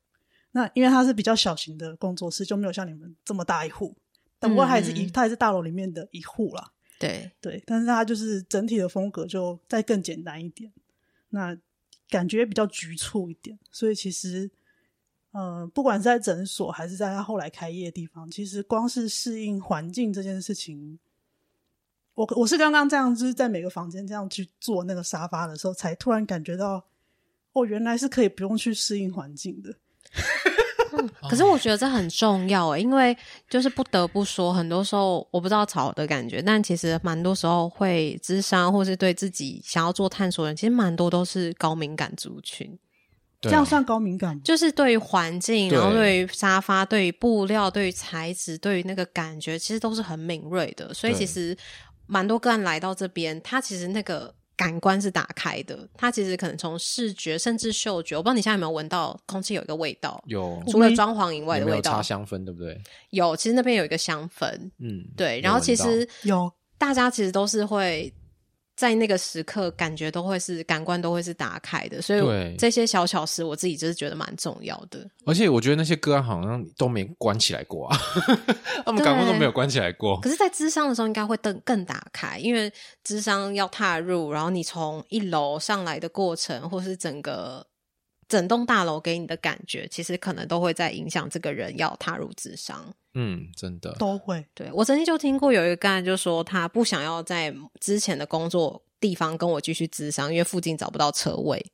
那因为他是比较小型的工作室，就没有像你们这么大一户，但不过他也是一、
嗯
他也是大楼里面的一户啦。
对，
对，但是它就是整体的风格就再更简单一点，那感觉比较局促一点，所以其实嗯，不管是在诊所还是在他后来开业的地方，其实光是适应环境这件事情，我我是刚刚这样，就是在每个房间这样去坐那个沙发的时候，才突然感觉到，哦，原来是可以不用去适应环境的。
哦
可是我觉得这很重要欸诶、因为就是不得不说，很多时候我不知道吵的感觉，但其实蛮多时候会智商，或是对自己想要做探索的人，其实蛮多都是高敏感族群，
对啊
这样算高敏感吗？
就是对于环境，
对
然后对于沙发、对于布料、对于材质、对于那个感觉，其实都是很敏锐的。所以
对
其实蛮多个案来到这边，他其实那个。感官是打开的，他其实可能从视觉甚至嗅觉，我不知道你现在有没有闻到空气有一个味道，
有
除了装潢以外
你
的
没
味
有
道
插，香氛对不对？
有，其实那边有一个香氛，
嗯，
对，
有
然后
闻
其
到
实
有
大家其实都是会在那个时刻感觉都会是感官都会是打开的，所
对
以这些小巧思我自己就是觉得蛮重要的。
而且我觉得那些歌案好像都没关起来过啊， [laughs] 他们感官都没有关起来过。
可是，在智商的时候应该会更更打开，因为智商要踏入，然后你从一楼上来的过程，或是整个。整栋大楼给你的感觉，其实可能都会在影响这个人要踏入智商。
嗯，真的，
都会，
对我曾经就听过有一个个案，就说他不想要在之前的工作地方跟我继续咨商，因为附近找不到车位。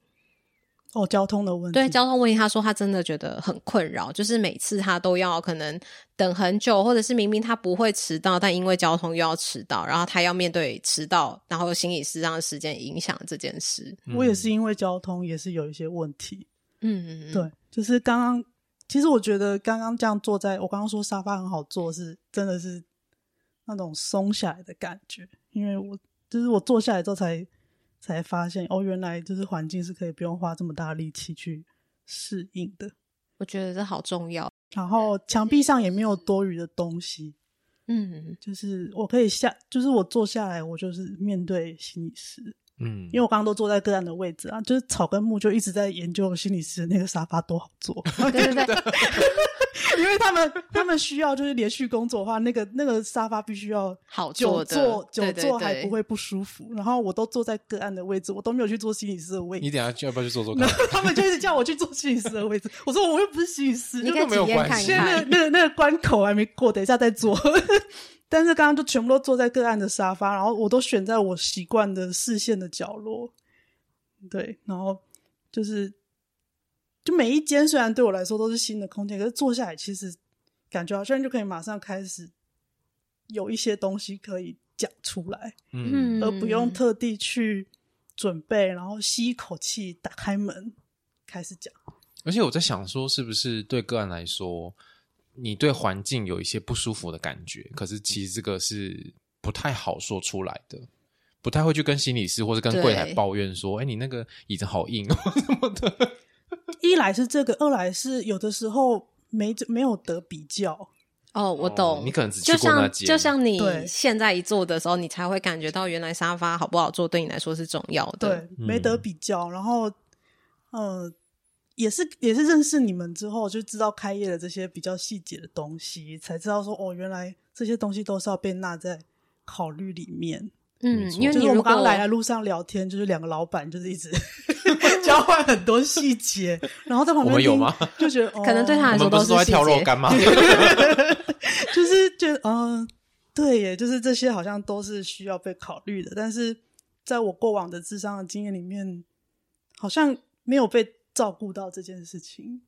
哦，交通的问题，
对交通问题，他说他真的觉得很困扰，就是每次他都要可能等很久，或者是明明他不会迟到，但因为交通又要迟到，然后他要面对迟到，然后心理师让时间影响这件事。
我
嗯
也是因为交通也是有一些问题。
嗯，嗯嗯
对，就是刚刚，其实我觉得刚刚这样坐在，我刚刚说沙发很好坐是，真的是那种松下来的感觉，因为我就是我坐下来之后才才发现，哦，原来就是环境是可以不用花这么大力气去适应的，
我觉得这好重要。
然后墙壁上也没有多余的东西，
嗯，
就是我可以下，就是我坐下来，我就是面对心理师，
嗯，
因为我刚刚都坐在个案的位置啊，就是草根木就一直在研究心理师那个沙发多好坐，
[laughs]
对对对，因为他们他们需要就是连续工作的话，那个那个沙发必须要
好
久
坐的
坐，久
对对
坐还
对
不会不舒服。然后我都坐在个案的位置，我都没有去坐心理师的位
你
置，
等一下要不要去做做看
[laughs] 然？后他们就一直叫我去坐心理师的位置，我说我又不是心理师，
你可
都
以
没有
体验
关
看
系
一
现在那
看
个。那个那个关口还没过，等一下再做。 [laughs] 但是刚刚就全部都坐在个案的沙发，然后我都选在我习惯的视线的角落。对，然后就是，就每一间虽然对我来说都是新的空间，可是坐下来其实感觉好像就可以马上开始有一些东西可以讲出来，
嗯，
而不用特地去准备，然后吸一口气，打开门开始讲。
而且我在想说，是不是对个案来说，你对环境有一些不舒服的感觉，可是其实这个是不太好说出来的。不太会去跟心理师或者跟柜台
对
抱怨说：“哎，你那个椅子好硬哦，什么的。
一来是这个，二来是有的时候没没有得比较，
哦，我懂。
你可能只去
就
过那
像
间
就像你
对
现在一坐的时候，你才会感觉到原来沙发好不好坐对你来说是重要的。
对，
嗯
没得比较。然后，呃，也是也是认识你们之后，就知道开业的这些比较细节的东西，才知道说哦，原来这些东西都是要被纳在考虑里面。
没
嗯，
错
因为
就是
你
我
如
们
果
刚刚来的路上聊天，就是两个老板就是一直 [laughs] 交换很多细节，然后在旁
我
边
们有
听
吗？
就觉得、哦、
可能对他
我
来
们
说
不
都
是都在
细
挑肉
节 [laughs]
干吗？
就是觉得，嗯、对耶，就是这些好像都是需要被考虑的，但是在我过往的智商的经验里面，好像没有被照顾到这件事情。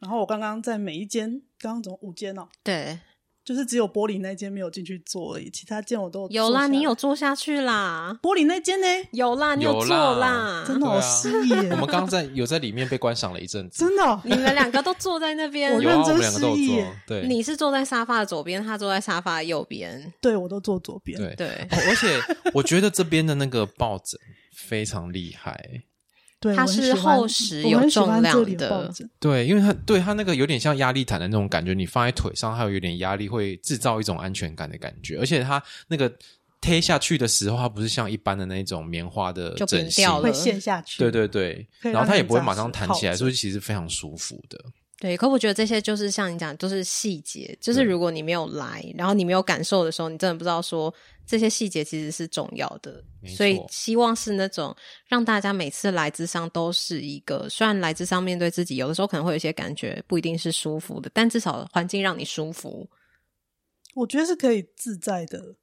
然后我刚刚在每一间，刚刚总共五间哦，
对，
就是只有玻璃那间没有进去做而已，其他间我都有
有
坐
啦，
下
你
来
有坐下去啦，
玻璃那间呢，
有啦，你
有
有坐
啦
啦，
真的
对
好
啊
失
[laughs]
意
我们
耶，
刚刚在有在里面被观赏了一阵子，
真的哦，
你们两个都坐在那边
我
有，啊，
认
我
真
们两个都
失
有
忆
做
耶。
对，
你是坐在沙发的左边，他坐在沙发的右边，
对我都坐左边，
对
对。
哦而且我觉得这边的那个抱枕非常厉害，
对，
它
我很
是
喜欢
厚实
我
有
很喜欢
重量
这里的
的
抱枕，
对，因为它对它那个有点像压力毯的那种感觉，你放在腿上，它有点压力，会制造一种安全感的感觉，而且它那个贴下去的时候，它不是像一般的那种棉花的
就扁
枕芯
掉了
会陷下去，
对对对，
可以
然后
让
它也
你
不会
暂
马
时
上弹
泡
起来，
着
所以其实非常舒服的。
对，可我觉得这些就是像你讲，都、是细节，就是如果你没有来，然后你没有感受的时候，你真的不知道说这些细节其实是重要的。
没错
所以希望是那种让大家每次来智商都是一个，虽然来智商面对自己，有的时候可能会有一些感觉不一定是舒服的，但至少环境让你舒服。
我觉得是可以自在的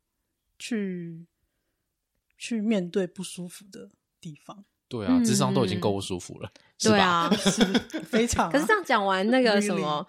去去面对不舒服的地方，
对啊，
嗯
智商都已经够不舒服了，是吧
对，
[laughs]
啊，
非常、啊。
可是这样讲完那个什么。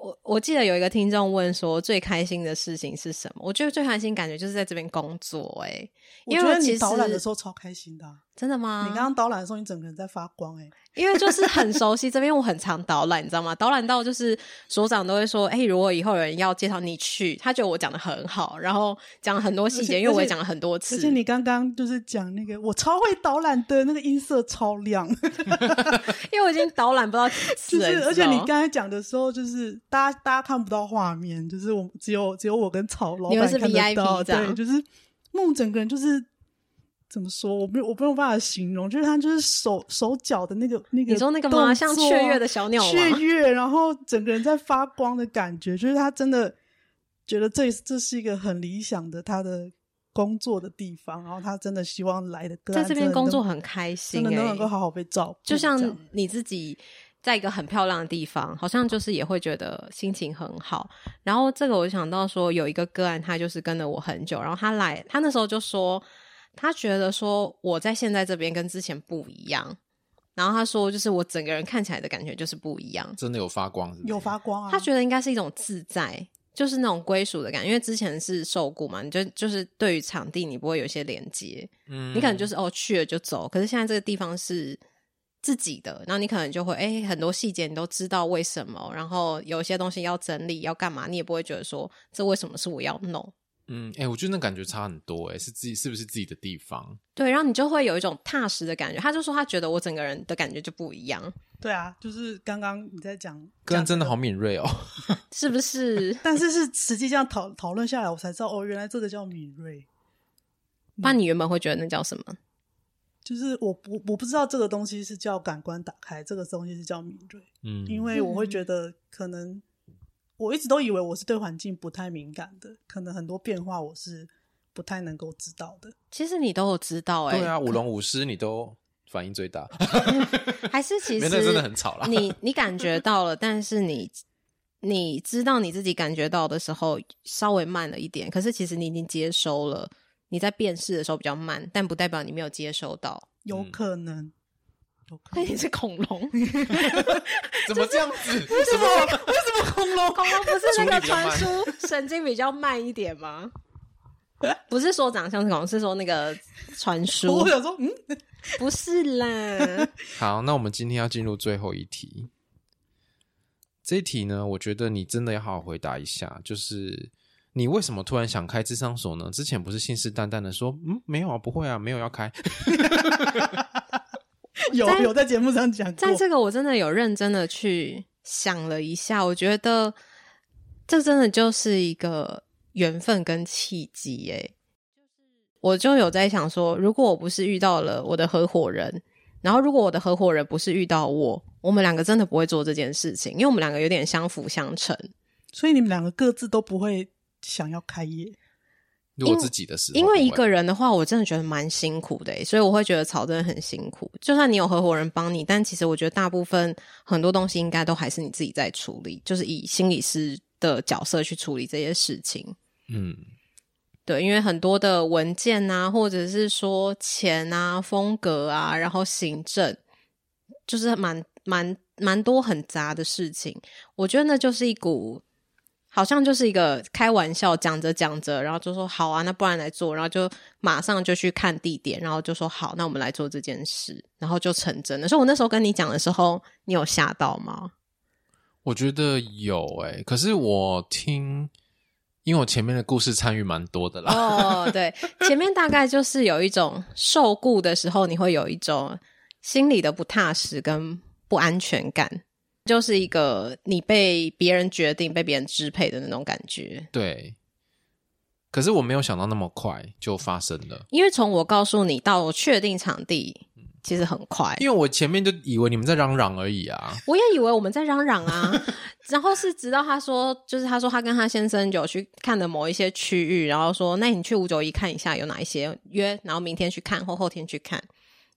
我我记得有一个听众问说最开心的事情是什么？我觉得最开心感觉就是在这边工作、欸，
我
因为
觉得
其
你
实
导览的时候超开心的啊、
真的吗？
你刚刚导览的时候，你整个人在发光哎、
因为就是很熟悉这边，我很常导览，你知道吗？导览到就是所长都会说：“哎、如果以后有人要介绍你去，他觉得我讲的很好，然后讲了很多细
而且
节，因为我
而
也
且
讲了很多次
而。且你刚刚就是讲那个，我超会导览的那个音色超亮，
因为我已经导览不到几次
[laughs] 就
了，
是而
知
且
道
你
吗
刚才讲的时候，就是大家大家看不到画面，就是我只有只有我跟曹老
你们
板
是
看得
VIP
到，
这样
对，就是梦整个人就是怎么说，我没有我没有办法形容，就是他就是手手脚的那个那个，
你说那个吗？像雀跃的。小鸟
雀
吗？
跃，然后整个人在发光的感觉，就是他真的觉得这这是一个很理想的他的工作的地方，然后他真的希望来的个
在
案
这边
真的
工
能
作很开
真
心、
的
欸，
都能够好好被照顾，
就像
嗯这样
你自己在一个很漂亮的地方，好像就是也会觉得心情很好。然后这个我想到说，有一个个案，他就是跟了我很久，然后他来，他那时候就说，他觉得说我在现在这边跟之前不一样。然后他说，就是我整个人看起来的感觉就是不一样。
真的有发光是不是
有发光啊，
他觉得应该是一种自在，就是那种归属的感觉。因为之前是受雇嘛，你就就是对于场地你不会有一些连接，
嗯
你可能就是哦去了就走，可是现在这个地方是自己的，然后你可能就会哎、很多细节你都知道为什么，然后有一些东西要整理要干嘛，你也不会觉得说这为什么是我要弄，
嗯，哎、我觉得那感觉差很多、哎，是自己是不是自己的地方？
对，然后你就会有一种踏实的感觉。他就说他觉得我整个人的感觉就不一样，
对啊，就是刚刚你在讲，
个人
讲？
真的好敏锐哦，
是不是 [laughs]
但是是实际这样讨讨论下来，我才知道哦，原来这个叫敏锐，
那你原本会觉得那叫什么？
就是我不我不知道这个东西是叫感官打开，这个东西是叫敏锐。
嗯，
因为我会觉得可能我一直都以为我是对环境不太敏感的，可能很多变化我是不太能够知道的。
其实你都有知道哎、
对啊，舞龙舞狮你都反应最大， [laughs]
还是其实
没那真的很吵啦
你你感觉到了，但是你你知道你自己感觉到的时候稍微慢了一点，可是其实你已经接收了。你在辨识的时候比较慢，但不代表你没有接收到。
有
嗯
可能，有可
那
能
你是恐龙，
怎么这样子？怎么
为什么恐龙？恐龙不是那
处理
个
比较慢
传输神经比较慢一点吗？ [laughs] 不是说长相是恐龙，是说那个传输
我，想说，嗯，
不是 [laughs] 啦。
好，那我们今天要进入最后一题。这一题呢，我觉得你真的要好好回答一下，就是你为什么突然想开智商所呢？之前不是信誓旦旦的说，嗯，没有啊，不会啊，没有要开。
有有在节目上讲过
在，这个我真的有认真的去想了一下，我觉得这真的就是一个缘分跟契机诶、我就有在想说，如果我不是遇到了我的合伙人，然后如果我的合伙人不是遇到我，我们两个真的不会做这件事情，因为我们两个有点相辅相成。
所以你们两个各自都不会想要开业，
如果自己的时候，
因为一
不
个
会
人的话，我真的觉得蛮辛苦的欸，所以我会觉得草真的很辛苦。就算你有合伙人帮你，但其实我觉得大部分很多东西应该都还是你自己在处理，就是以心理师的角色去处理这些事情。
嗯，
对，因为很多的文件啊，或者是说钱啊、风格啊，然后行政，就是蛮蛮蛮多很杂的事情。我觉得那就是一股，好像就是一个开玩笑，讲着讲着，然后就说好啊，那不然来做，然后就马上就去看地点，然后就说好，那我们来做这件事，然后就成真了。所以我那时候跟你讲的时候，你有吓到吗？
我觉得有哎、可是我听，因为我前面的故事参与蛮多
[laughs]
的啦。
哦，对，前面大概就是有一种受雇的时候，你会有一种心里的不踏实跟不安全感，就是一个你被别人决定、被别人支配的那种感觉。
对，可是我没有想到那么快就发生了。
因为从我告诉你到我确定场地，其实很快。
因为我前面就以为你们在嚷嚷而已啊。
我也以为我们在嚷嚷啊， [laughs] 然后是直到他说，就是他说他跟他先生有去看的某一些区域，然后说，那你去五九一看一下有哪一些约，然后明天去看或后天去看。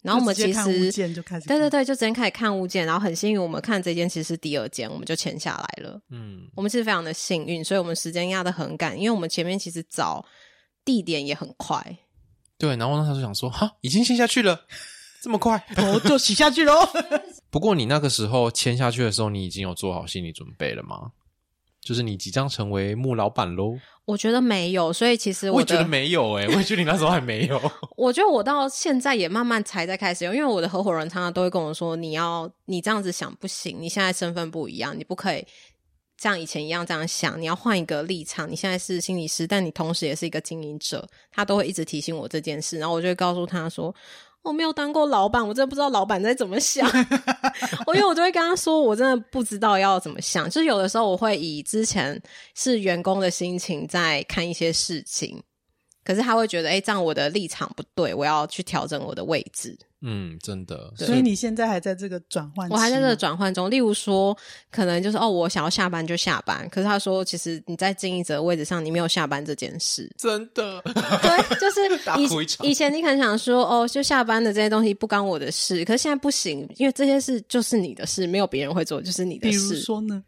然后我们
就直
其
接看物
实
件就开始
对对
看
对，就直接开始看物件，然后很幸运，我们看这间其实是第二间，我们就签下来了。
嗯，
我们其实非常的幸运，所以我们时间压得很赶，因为我们前面其实找地点也很快，
对。然后那时候想说，哈，已经签下去了，这么快。
[laughs] 头就洗下去喽。
不过你那个时候签下去的时候，你已经有做好心理准备了吗？就是你即将成为木老板喽？
我觉得没有，所以其实
我
我
也觉
的
得没有诶、我也觉得你那时候还没有。 [laughs]
我觉得我到现在也慢慢才在开始用，因为我的合伙人常常都会跟我说：“你要你这样子想不行，你现在身份不一样，你不可以像以前一样这样想，你要换一个立场。你现在是心理师，但你同时也是一个经营者。”他都会一直提醒我这件事，然后我就会告诉他说。我没有当过老板，我真的不知道老板在怎么想。我因为我都会跟他说，我真的不知道要怎么想。就是有的时候我会以之前是员工的心情在看一些事情，可是他会觉得，哎、这样我的立场不对，我要去调整我的位置。
嗯，真的。。
所以你现在还在这个转换期
我
吗，
还在这个转换中，例如说，可能就是哦，我想要下班就下班，可是他说，其实你在经营者的位置上，你没有下班这件事
真的，
[laughs] 对，就
[laughs] 大哭一
是
场
以以前你可能想说，哦，就下班的这些东西不干我的事，可是现在不行，因为这些事就是你的事，没有别人会做，就是你的
比
事。
如说呢，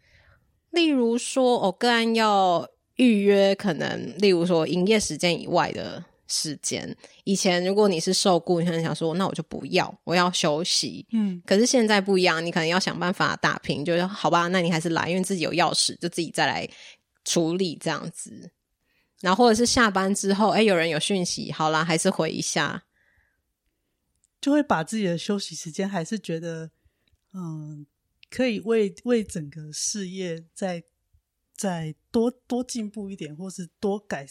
例如说，哦，个案要预约，可能例如说营业时间以外的时间。以前如果你是受雇，你可能想说，那我就不要，我要休息。
嗯，
可是现在不一样，你可能要想办法打平，就是好吧，那你还是来，因为自己有钥匙，就自己再来处理这样子。然后或者是下班之后，哎，有人有讯息，好啦，还是回一下。
就会把自己的休息时间还是觉得，嗯，可以为为整个事业再再多多进步一点，或是多改，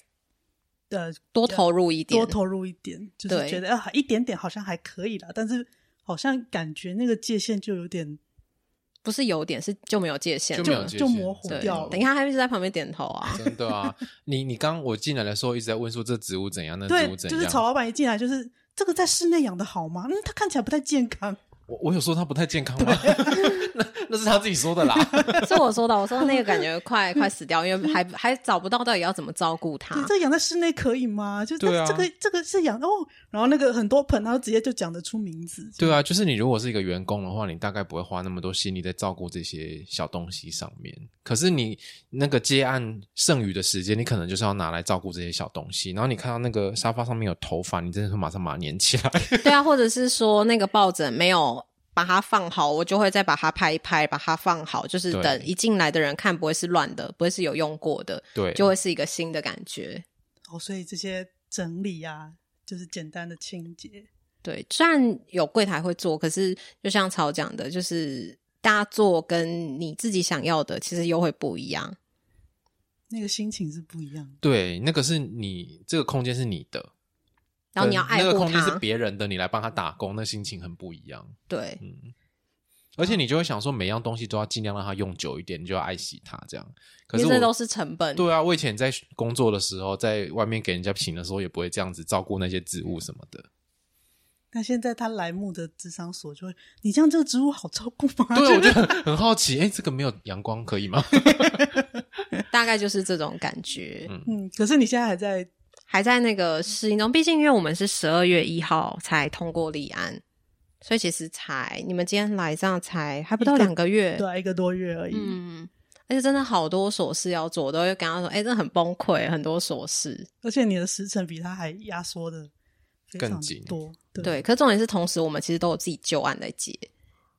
呃，
多投入一点，
多投入一点，就是
对
觉得啊，一点点好像还可以啦，但是好像感觉那个界限就有点
不是有点是就没有界限，
就没
就
有界限
就模糊
对。
掉了。
等一下，他一直在旁边点头啊。
真的啊！你你刚我进来的时候一直在问说这植物怎样，那植
对，
物怎
就是
样。
曹老板一进来就是这个在室内养的好吗？嗯，它看起来不太健康。
我我有说它不太健康吗？ [laughs] 那那是他自己说的啦。
是我说的，我说那个
[laughs]
感觉快快死掉，因为还还找不到到底要怎么照顾它
对，。这个养在室内可以吗？就
对
这
啊
这个这个是养哦，然后那个很多盆，然后直接就讲得出名字。
对啊，就是你如果是一个员工的话，你大概不会花那么多心力在照顾这些小东西上面。可是你那个接案剩余的时间，你可能就是要拿来照顾这些小东西。然后你看到那个沙发上面有头发，你真的会马上把它粘起 [laughs] 来。
[laughs] 对啊，或者是说那个抱枕没有把它放好，我就会再把它拍一拍，把它放好，就是
对
等一进来的人看不会是乱的，不会是有用过的，
对，
就会是一个新的感觉。
哦，所以这些整理啊，就是简单的清洁。
对，虽然有柜台会做，可是就像曹讲的，就是大家做跟你自己想要的其实又会不一样。
那个心情是不一样的，
对，那个是你这个空间是你的，
然后你要
跟
爱
那个
护
空间是
它，
别人的，你来帮他打工，那心情很不一样。
对，
嗯，而且你就会想说，每样东西都要尽量让它用久一点，你就要爱惜它这样。嗯可是
因为这
我
都是成本。
对啊，我以前在工作的时候，在外面给人家请的时候，也不会这样子照顾那些植物什么的。
那现在他来木的智商所就会，你这样这个植物好照顾吗？ [laughs]
对，我
就是
就很很好奇，哎、这个没有阳光可以吗？
大概就是这种感觉。
嗯，可是你现在还在
还在那个适应中。毕竟因为我们是十二月一号才通过立案，所以其实才哎你们今天来这样才还不到
一个
两个月，
对啊、一个多月而已。
嗯，而且真的好多琐事要做，我都会跟他说，哎、真的很崩溃，很多琐事。
而且你的时辰比他还压缩的非
更
常
紧
多。对，
对，可是重点是，同时我们其实都有自己旧案在接。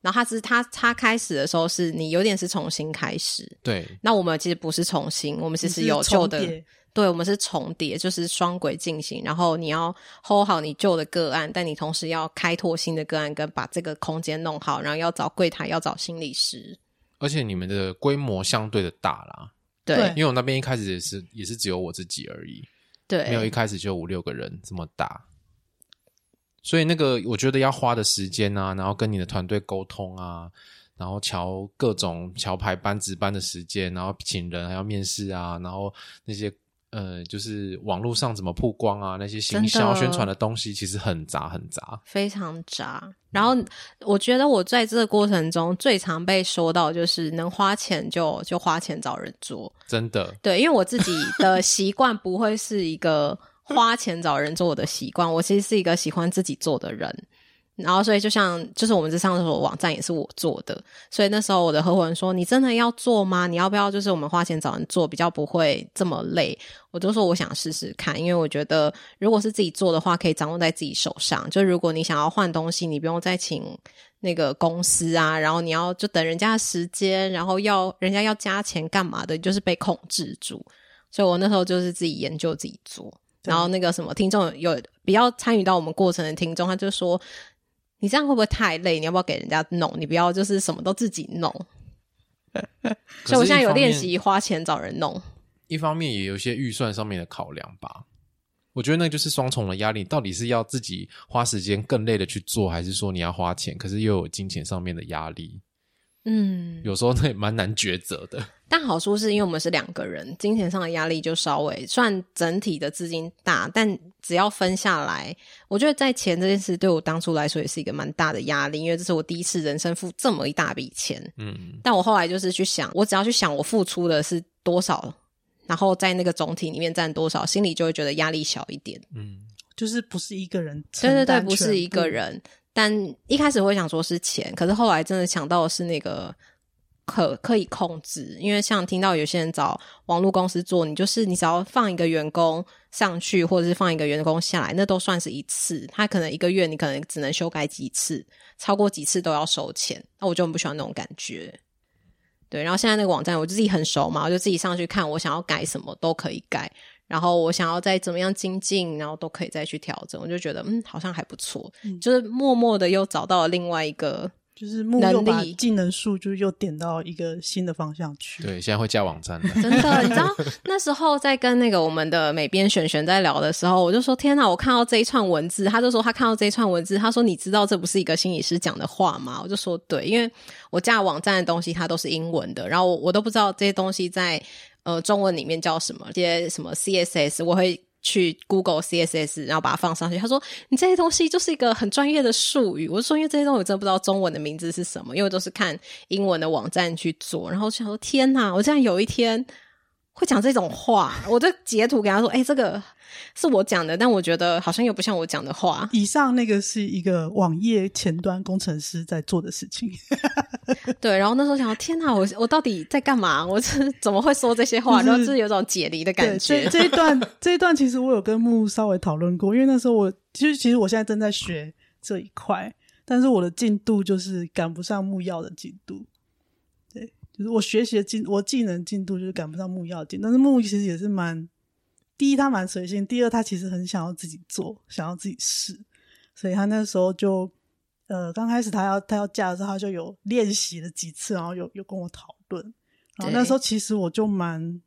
然后他只是他他开始的时候是你有点是重新开始，
对，
那我们其实不是重新，我们其
你
实
是
有旧
重
的，
叠
对，我们是重叠，就是双轨进行。然后你要 hold 好你旧的个案，但你同时要开拓新的个案，跟把这个空间弄好，然后要找柜台，要找心理师。
而且你们的规模相对的大啦，
对
对
因为我那边一开始也是也是只有我自己而已，
对，
没有一开始就五六个人这么大。所以那个我觉得要花的时间啊，然后跟你的团队沟通啊，然后瞧各种桥牌班值班的时间，然后请人还要面试啊，然后那些呃，就是网络上怎么曝光啊，那些行
真的
销宣传的东西，其实很杂很杂。
非常渣。然
嗯
后我觉得我在这个过程中最常被说到就是能花钱就就花钱找人做，
真的，
对，因为我自己的习惯不会是一个花钱找人做的习惯，我其实是一个喜欢自己做的人。然后，所以就像就是我们这上所网站也是我做的，所以那时候我的合伙人说：“你真的要做吗？你要不要就是我们花钱找人做，比较不会这么累？”我就说我想试试看，因为我觉得如果是自己做的话，可以掌握在自己手上。就如果你想要换东西，你不用再请那个公司啊，然后你要就等人家的时间，然后要人家要加钱干嘛的，你就是被控制住。所以我那时候就是自己研究自己做，然后那个什么听众有比较参与到我们过程的听众，他就说你这样会不会太累？你要不要给人家弄？你不要就是什么都自己弄。所以我现在有练习花钱找人弄。
一方面也有一些预算上面的考量吧。我觉得那就是双重的压力，到底是要自己花时间更累的去做，还是说你要花钱，可是又有金钱上面的压力？
嗯，
有时候那也蛮难抉择的。
但好处是因为我们是两个人，金钱上的压力就稍微算整体的资金大，但只要分下来，我觉得在钱这件事对我当初来说也是一个蛮大的压力，因为这是我第一次人生付这么一大笔钱。
嗯，
但我后来就是去想，我只要去想我付出的是多少，然后在那个总体里面占多少，心里就会觉得压力小一点。
嗯
就是不是一个人承
对对对，
担
不
全
是一
部
个人。但一开始会想说是钱，可是后来真的想到的是那个可可以控制，因为像听到有些人找网络公司做，你就是你只要放一个员工上去，或者是放一个员工下来，那都算是一次。他可能一个月你可能只能修改几次，超过几次都要收钱。那我就很不喜欢那种感觉。对，然后现在那个网站我就自己很熟嘛，我就自己上去看，我想要改什么都可以改。然后我想要再怎么样精进，然后都可以再去调整。我就觉得，嗯，好像还不错，就是默默的又找到了另外一个，
就是木又把
能力
技能树就是又点到一个新的方向去。
对，现在会架网
[laughs]
站了。
真的，你知道那时候在跟那个我们的美编璇璇在聊的时候，我就说，天哪，我看到这一串文字，他就说他看到这一串文字，他说你知道这不是一个心理师讲的话吗？我就说对，因为我架网站的东西它都是英文的，然后我我都不知道这些东西在呃中文里面叫什么，这些什么 CSS，我会去 Google CSS，然后把它放上去。他说你这些东西就是一个很专业的术语，我就说因为这些东西我真的不知道中文的名字是什么，因为我都是看英文的网站去做，然后我就想说天哪，我竟然有一天。会讲这种话，我就截图给他说：“哎、这个是我讲的，但我觉得好像又不像我讲的话。”
以上那个是一个网页前端工程师在做的事情，
对，然后那时候想，天哪，我我到底在干嘛？我是怎么会说这些话？
就是
然后就是有种解离的感
对，
觉
这。这一段这一段其实我有跟木稍微讨论过，因为那时候我其实其实我现在正在学这一块，但是我的进度就是赶不上木曜的进度。对，就是我学习的进我技能进度就是赶不上木曜的进度，但是木其实也是蛮，第一他蛮随性，第二他其实很想要自己做，想要自己试，所以他那时候就。呃，刚开始他要他要嫁的时候，他就有练习了几次，然后有有跟我讨论，然后那
对
时候其实我就蛮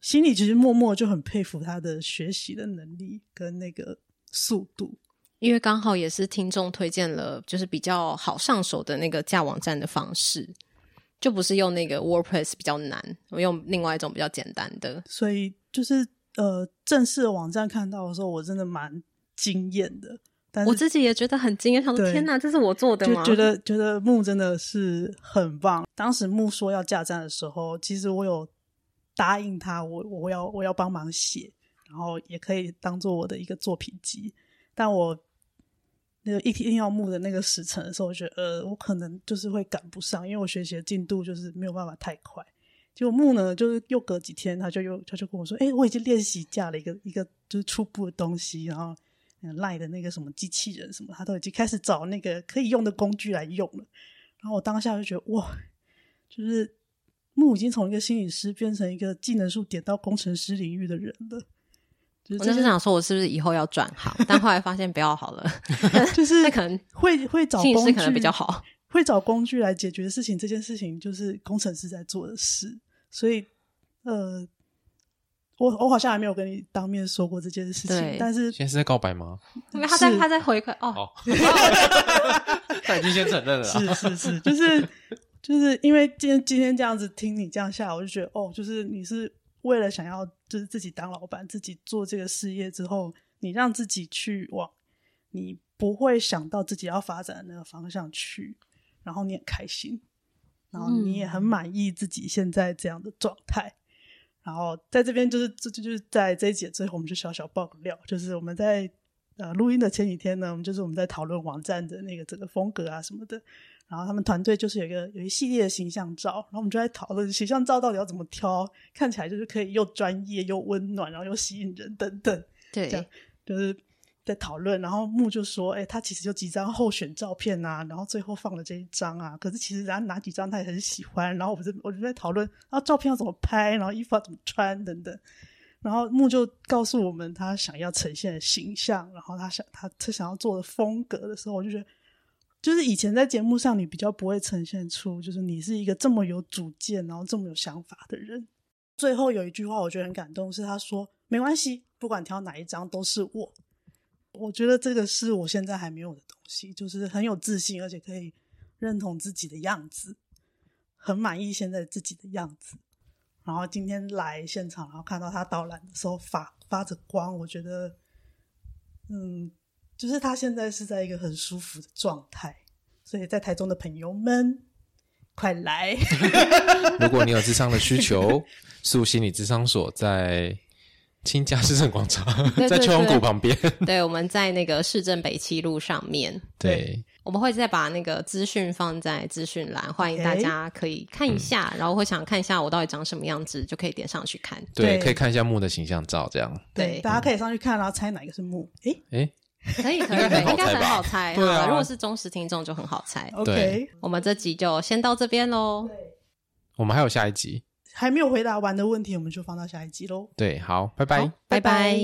心里其实默默就很佩服他的学习的能力跟那个速度。
因为刚好也是听众推荐了，就是比较好上手的那个架网站的方式，就不是用那个 WordPress 比较难，我用另外一种比较简单的。
所以就是呃，正式的网站看到的时候，我真的蛮惊艳的。但是
我自己也觉得很惊讶，想说
对
天哪，这是我做的
就
吗？
觉得觉得木真的是很棒。当时木说要架站的时候，其实我有答应他，我我要我要帮忙写，然后也可以当做我的一个作品集。但我那个一听要木的那个时辰的时候，我觉得呃，我可能就是会赶不上，因为我学习的进度就是没有办法太快。结果木呢，就是又隔几天，他就又他就跟我说：“哎、我已经练习架了一个一个就是初步的东西，然后嗯赖的那个什么机器人什么，他都已经开始找那个可以用的工具来用了。”然后我当下就觉得哇，就是木已经从一个心理师变成一个技能数点到工程师领域的人了。就是
我
这
那时
是
候想说，我是不是以后要转行？但后来发现不要好了，
[laughs] 就是
那可能
会会找
心理
工具
师可能比较好。
会找工具来解决的事情，这件事情就是工程师在做的事，所以呃，我我好像还没有跟你当面说过这件事情
对，
但是
现在是在告白吗？
因为他在
是
他在回馈哦，
哦，他已经先承认了啊啦。
是是是， [laughs] 就是就是因为今天今天这样子听你这样下来，我就觉得哦，就是你是为了想要就是自己当老板，自己做这个事业之后，你让自己去往你不会想到自己要发展的那个方向去，然后你很开心，然后你也
嗯
很满意自己现在这样的状态。然后在这边就是这这就是在这一节最后，我们就小小爆个料，就是我们在呃录音的前几天呢，我们就是我们在讨论网站的那个整个风格啊什么的。然后他们团队就是有一个有一系列的形象照，然后我们就在讨论形象照到底要怎么挑，看起来就是可以又专业又温暖，然后又吸引人等等，这样
对，
就是在讨论。然后木就说：“哎、他其实就几张候选照片啊，然后最后放了这一张啊。可是其实然后哪几张他也很喜欢。然后我们就我就在讨论，然后照片要怎么拍，然后衣服要怎么穿等等。”然后木就告诉我们他想要呈现的形象，然后他想他他想要做的风格的时候，我就觉得，就是以前在节目上你比较不会呈现出，就是你是一个这么有主见，然后这么有想法的人。最后有一句话我觉得很感动，是他说：“没关系，不管挑哪一张都是我。”我觉得这个是我现在还没有的东西，就是很有自信，而且可以认同自己的样子，很满意现在自己的样子。然后今天来现场，然后看到他导览的时候发发着光，我觉得，嗯，就是他现在是在一个很舒服的状态，所以在台中的朋友们，快来！
如果你有智商的需求， [laughs] 树心理智商所在清嘉市政广场，
对对
在秋红谷旁边。
对，我们在那个市政北七路上面，
对，
我们会再把那个资讯放在资讯栏，欢迎大家可以看一下，然后会想看一下我到底长什么样子，就可以点上去看。
对，
对
可以看一下木的形象照，这样。
对
[laughs] 大家可以上去看，然后猜哪个是木。诶
诶，
可以，可以， [laughs]
应该
可以
很好
应该
猜
很
吧
好猜。
对啊
好如果是忠实听众就很好猜。
o
对
k
我们这集就先到这边喽，
我们还有下一集。
还没有回答完的问题，我们就放到下一集喽。
对，好，拜拜。
拜拜。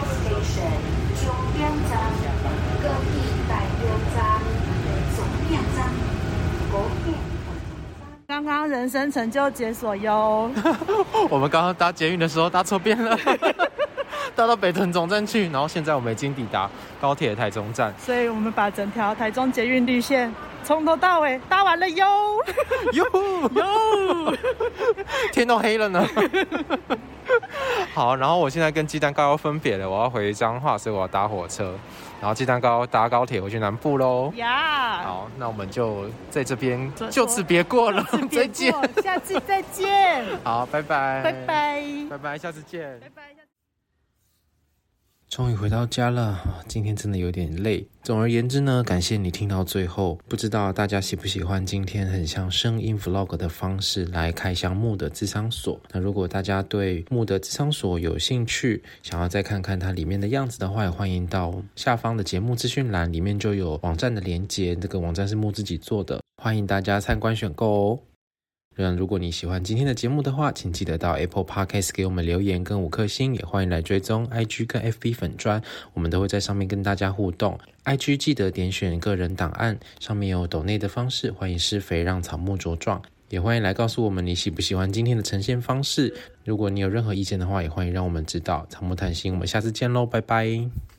中央站各地百货站总店站国店。
刚刚人生成就解锁哟， [laughs]
我们刚刚搭捷运的时候搭错边 [laughs] 了，搭到北屯总站去，然后现在我们已经抵达高铁台中站。
所以我们把整条台中捷运绿线从头到尾搭完了哟。
哟哟，天都黑了呢。好，然后我现在跟鸡蛋糕要分别了，我要回彰化，所以我要搭火车，然后鸡蛋糕搭高铁回去南部喽。
呀，
好，那我们就在这边
这
就此别过
[laughs]
了，再
别
见。
过，下次再见，
[laughs] 好，拜拜，
拜，拜，
拜拜，下次见。
拜拜。
终于回到家了，啊今天真的有点累。总而言之呢，感谢你听到最后。不知道大家喜不喜欢今天很像声音 vlog 的方式来开箱木的智商所？那如果大家对木的智商所有兴趣，想要再看看它里面的样子的话，也欢迎到下方的节目资讯栏，里面就有网站的连接。这个网站是木自己做的，欢迎大家参观选购哦。那如果你喜欢今天的节目的话，请记得到 Apple Podcast 给我们留言跟五颗星，也欢迎来追踪 IG 跟 FB 粉砖，我们都会在上面跟大家互动。IG 记得点选个人档案，上面有抖内的方式，欢迎施肥让草木茁壮。也欢迎来告诉我们你喜不喜欢今天的呈现方式。如果你有任何意见的话，也欢迎让我们知道。草木谈心，我们下次见喽，拜拜。